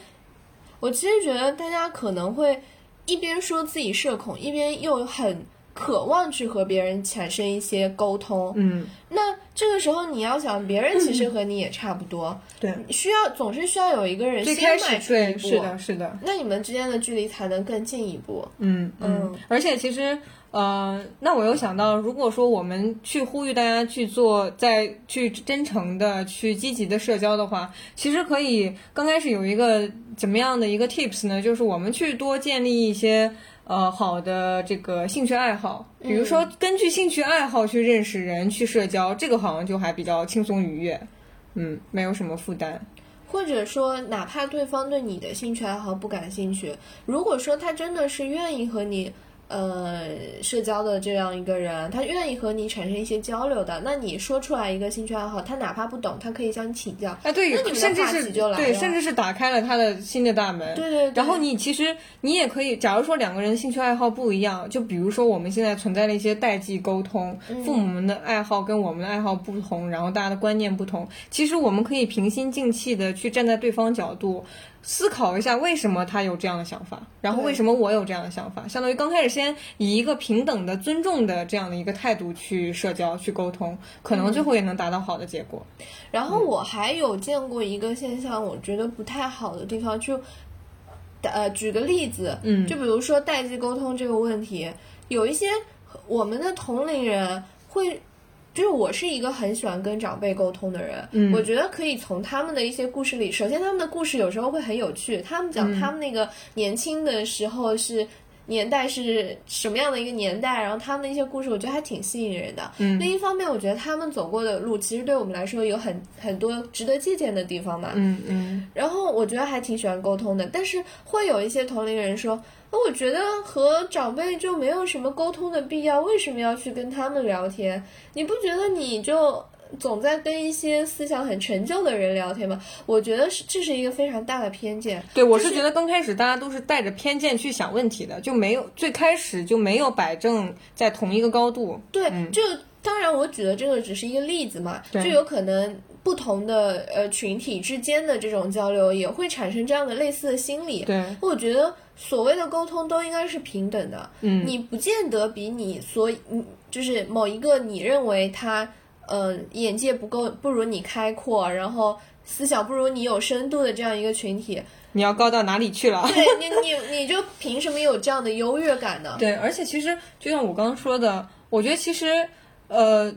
[SPEAKER 1] 我其实觉得大家可能会一边说自己社恐，一边又很渴望去和别人产生一些沟通。
[SPEAKER 2] 嗯，
[SPEAKER 1] 那这个时候你要想，别人其实和你也差不多，
[SPEAKER 2] 对，
[SPEAKER 1] 需要总是需要有一个人
[SPEAKER 2] 最
[SPEAKER 1] 先
[SPEAKER 2] 开
[SPEAKER 1] 迈
[SPEAKER 2] 始
[SPEAKER 1] 出一
[SPEAKER 2] 对，
[SPEAKER 1] 步，
[SPEAKER 2] 是的，是的，
[SPEAKER 1] 那你们之间的距离才能更进一步。
[SPEAKER 2] 嗯
[SPEAKER 1] 嗯
[SPEAKER 2] 嗯。而且其实，呃，那我又想到，如果说我们去呼吁大家去做，在去真诚的、去积极的社交的话，其实可以刚开始有一个怎么样的一个 tips 呢？就是我们去多建立一些。呃，好的，这个兴趣爱好，比如
[SPEAKER 1] 嗯
[SPEAKER 2] 说根据兴趣爱好去认识人、去社交，这个好像就还比较轻松愉悦，嗯，没有什么负担。
[SPEAKER 1] 或者说，哪怕对方对你的兴趣爱好不感兴趣，如果说他真的是愿意和你呃社交的这样一个人，啊他愿意和你产生一些交流的，那你说出来一个兴趣爱好，他哪怕不懂，他可以向你请教。
[SPEAKER 2] 哎，对
[SPEAKER 1] 那你们，的
[SPEAKER 2] 甚至
[SPEAKER 1] 话
[SPEAKER 2] 是
[SPEAKER 1] 题就来
[SPEAKER 2] 对，
[SPEAKER 1] 了
[SPEAKER 2] 甚至是打开了他的新的大门。
[SPEAKER 1] 对对对，
[SPEAKER 2] 然后你其实你也可以，假如说两个人兴趣爱好不一样，就比如说我们现在存在的一些代际沟通，
[SPEAKER 1] 嗯
[SPEAKER 2] 父母们的爱好跟我们的爱好不同，然后大家的观念不同，其实我们可以平心静气的去站在对方角度。思考一下，为什么他有这样的想法，然后
[SPEAKER 1] 对
[SPEAKER 2] 为什么我有这样的想法？相当于刚开始先以一个平等的、尊重的这样的一个态度去社交、去沟通，可
[SPEAKER 1] 嗯
[SPEAKER 2] 能最后也能达到好的结果。
[SPEAKER 1] 然
[SPEAKER 2] 嗯
[SPEAKER 1] 后我还有见过一个现象，我觉得不太好的地方，就呃，举个例子，
[SPEAKER 2] 嗯
[SPEAKER 1] 就比如说代际沟通这个问题，有一些我们的同龄人会。就是我是一个很喜欢跟长辈沟通的人，
[SPEAKER 2] 嗯
[SPEAKER 1] 我觉得可以从他们的一些故事里，首先他们的故事有时候会很有趣，他们
[SPEAKER 2] 嗯
[SPEAKER 1] 讲他们那个年轻的时候是、年代是什么样的一个年代，然后他们的一些故事，我觉得还挺吸引人的。
[SPEAKER 2] 嗯
[SPEAKER 1] 另一方面，我觉得他们走过的路，其实对我们来说有很很多值得借鉴的地方嘛。
[SPEAKER 2] 嗯嗯，
[SPEAKER 1] 然后我觉得还挺喜欢沟通的，但是会有一些同龄人说，呃我觉得和长辈就没有什么沟通的必要，为什么要去跟他们聊天？你不觉得你就总在跟一些思想很陈旧的人聊天吗？我觉得是这是一个非常大的偏见。
[SPEAKER 2] 对，我是觉得刚开始大家都是带着偏见去想问题的，就没有最开始就没有摆正在同一个高度。
[SPEAKER 1] 对，就当然我举的这个只是一个例子嘛，就
[SPEAKER 2] 嗯对
[SPEAKER 1] 有可能不同的呃群体之间的这种交流也会产生这样的类似的心理。
[SPEAKER 2] 对，
[SPEAKER 1] 我觉得所谓的沟通都应该是平等的，
[SPEAKER 2] 嗯
[SPEAKER 1] 你不见得比你所嗯就是某一个你认为他嗯、呃眼界不够不如你开阔，然后思想不如你有深度的这样一个群体，
[SPEAKER 2] 你要高到哪里去了？
[SPEAKER 1] 对你你你就凭什么有这样的优越感呢？
[SPEAKER 2] 对，而且其实就像我刚刚说的，我觉得其实，呃，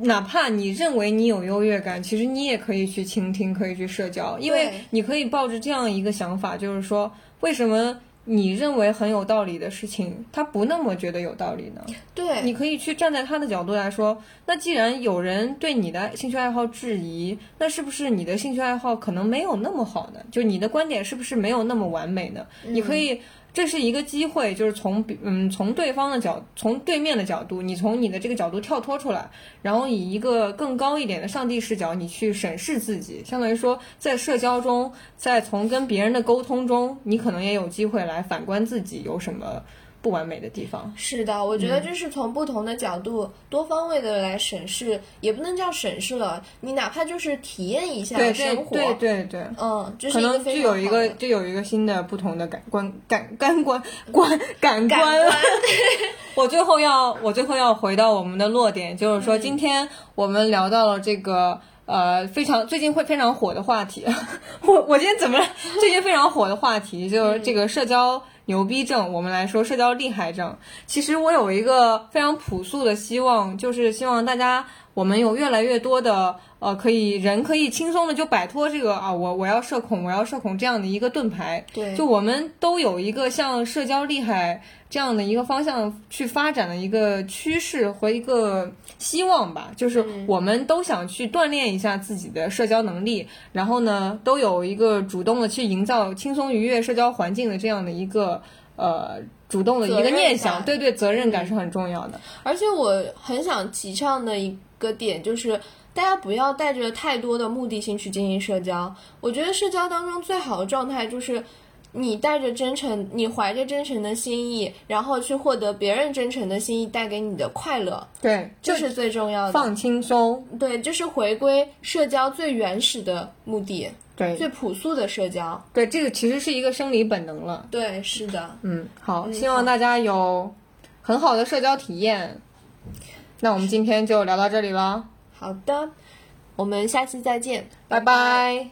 [SPEAKER 2] 哪怕你认为你有优越感，其实你也可以去倾听，可以去社交，因为
[SPEAKER 1] 对
[SPEAKER 2] 你可以抱着这样一个想法，就是说，为什么你认为很有道理的事情，他不那么觉得有道理呢？
[SPEAKER 1] 对，
[SPEAKER 2] 你可以去站在他的角度来说，那既然有人对你的兴趣爱好质疑，那是不是你的兴趣爱好可能没有那么好呢？就你的观点是不是没有那么完美呢？
[SPEAKER 1] 嗯
[SPEAKER 2] 你可以，这是一个机会，就是从比嗯从对方的角，从对面的角度，你从你的这个角度跳脱出来，然后以一个更高一点的上帝视角，你去审视自己，相当于说在社交中，在从跟别人的沟通中，你可能也有机会来反观自己有什么不完美的地方。
[SPEAKER 1] 是的，我
[SPEAKER 2] 嗯
[SPEAKER 1] 觉得这是从不同的角度、多方位的来审视，也不能叫审视了，你哪怕就是体验一下
[SPEAKER 2] 对对
[SPEAKER 1] 生活，
[SPEAKER 2] 对对对，
[SPEAKER 1] 嗯，这是
[SPEAKER 2] 可
[SPEAKER 1] 一个
[SPEAKER 2] 能就
[SPEAKER 1] 非常
[SPEAKER 2] 有一
[SPEAKER 1] 好的
[SPEAKER 2] 个就有一个新的不同的感官感感官观感官。我最后要我最后要回到我们的落点，就是说今天我们聊到了这个。呃，非常最近会非常火的话题， 我我今天怎么了？最近非常火的话题就是这个社交牛逼症，我们来说社交厉害症。其实我有一个非常朴素的希望，就是希望大家我们有越来越多的呃，可以人可以轻松的就摆脱这个啊，我我要社恐，我要社恐这样的一个盾牌。
[SPEAKER 1] 对
[SPEAKER 2] 就我们都有一个向社交厉害这样的一个方向去发展的一个趋势和一个希望吧，就是
[SPEAKER 1] 嗯
[SPEAKER 2] 我们都想去锻炼一下自己的社交能力，然后呢，都有一个主动的去营造轻松愉悦社交环境的这样的一个呃主动的一个念
[SPEAKER 1] 责任
[SPEAKER 2] 想，
[SPEAKER 1] 感嗯
[SPEAKER 2] 对对，责任感是很重要的。
[SPEAKER 1] 而且我很想提倡的一个点就是，大家不要带着太多的目的性去进行社交。我觉得社交当中最好的状态就是，你带着真诚，你怀着真诚的心意，然后去获得别人真诚的心意带给你的快乐，
[SPEAKER 2] 对，
[SPEAKER 1] 这
[SPEAKER 2] 就是
[SPEAKER 1] 最重要的。
[SPEAKER 2] 放轻松，
[SPEAKER 1] 对，这是回归社交最原始的目的，
[SPEAKER 2] 对
[SPEAKER 1] 最朴素的社交。
[SPEAKER 2] 对，这个其实是一个生理本能了。
[SPEAKER 1] 对，是的。
[SPEAKER 2] 嗯，好，希望大家有很好的社交体验。那我们今天就聊到这里了，
[SPEAKER 1] 好的，我们下期再见，
[SPEAKER 2] 拜拜。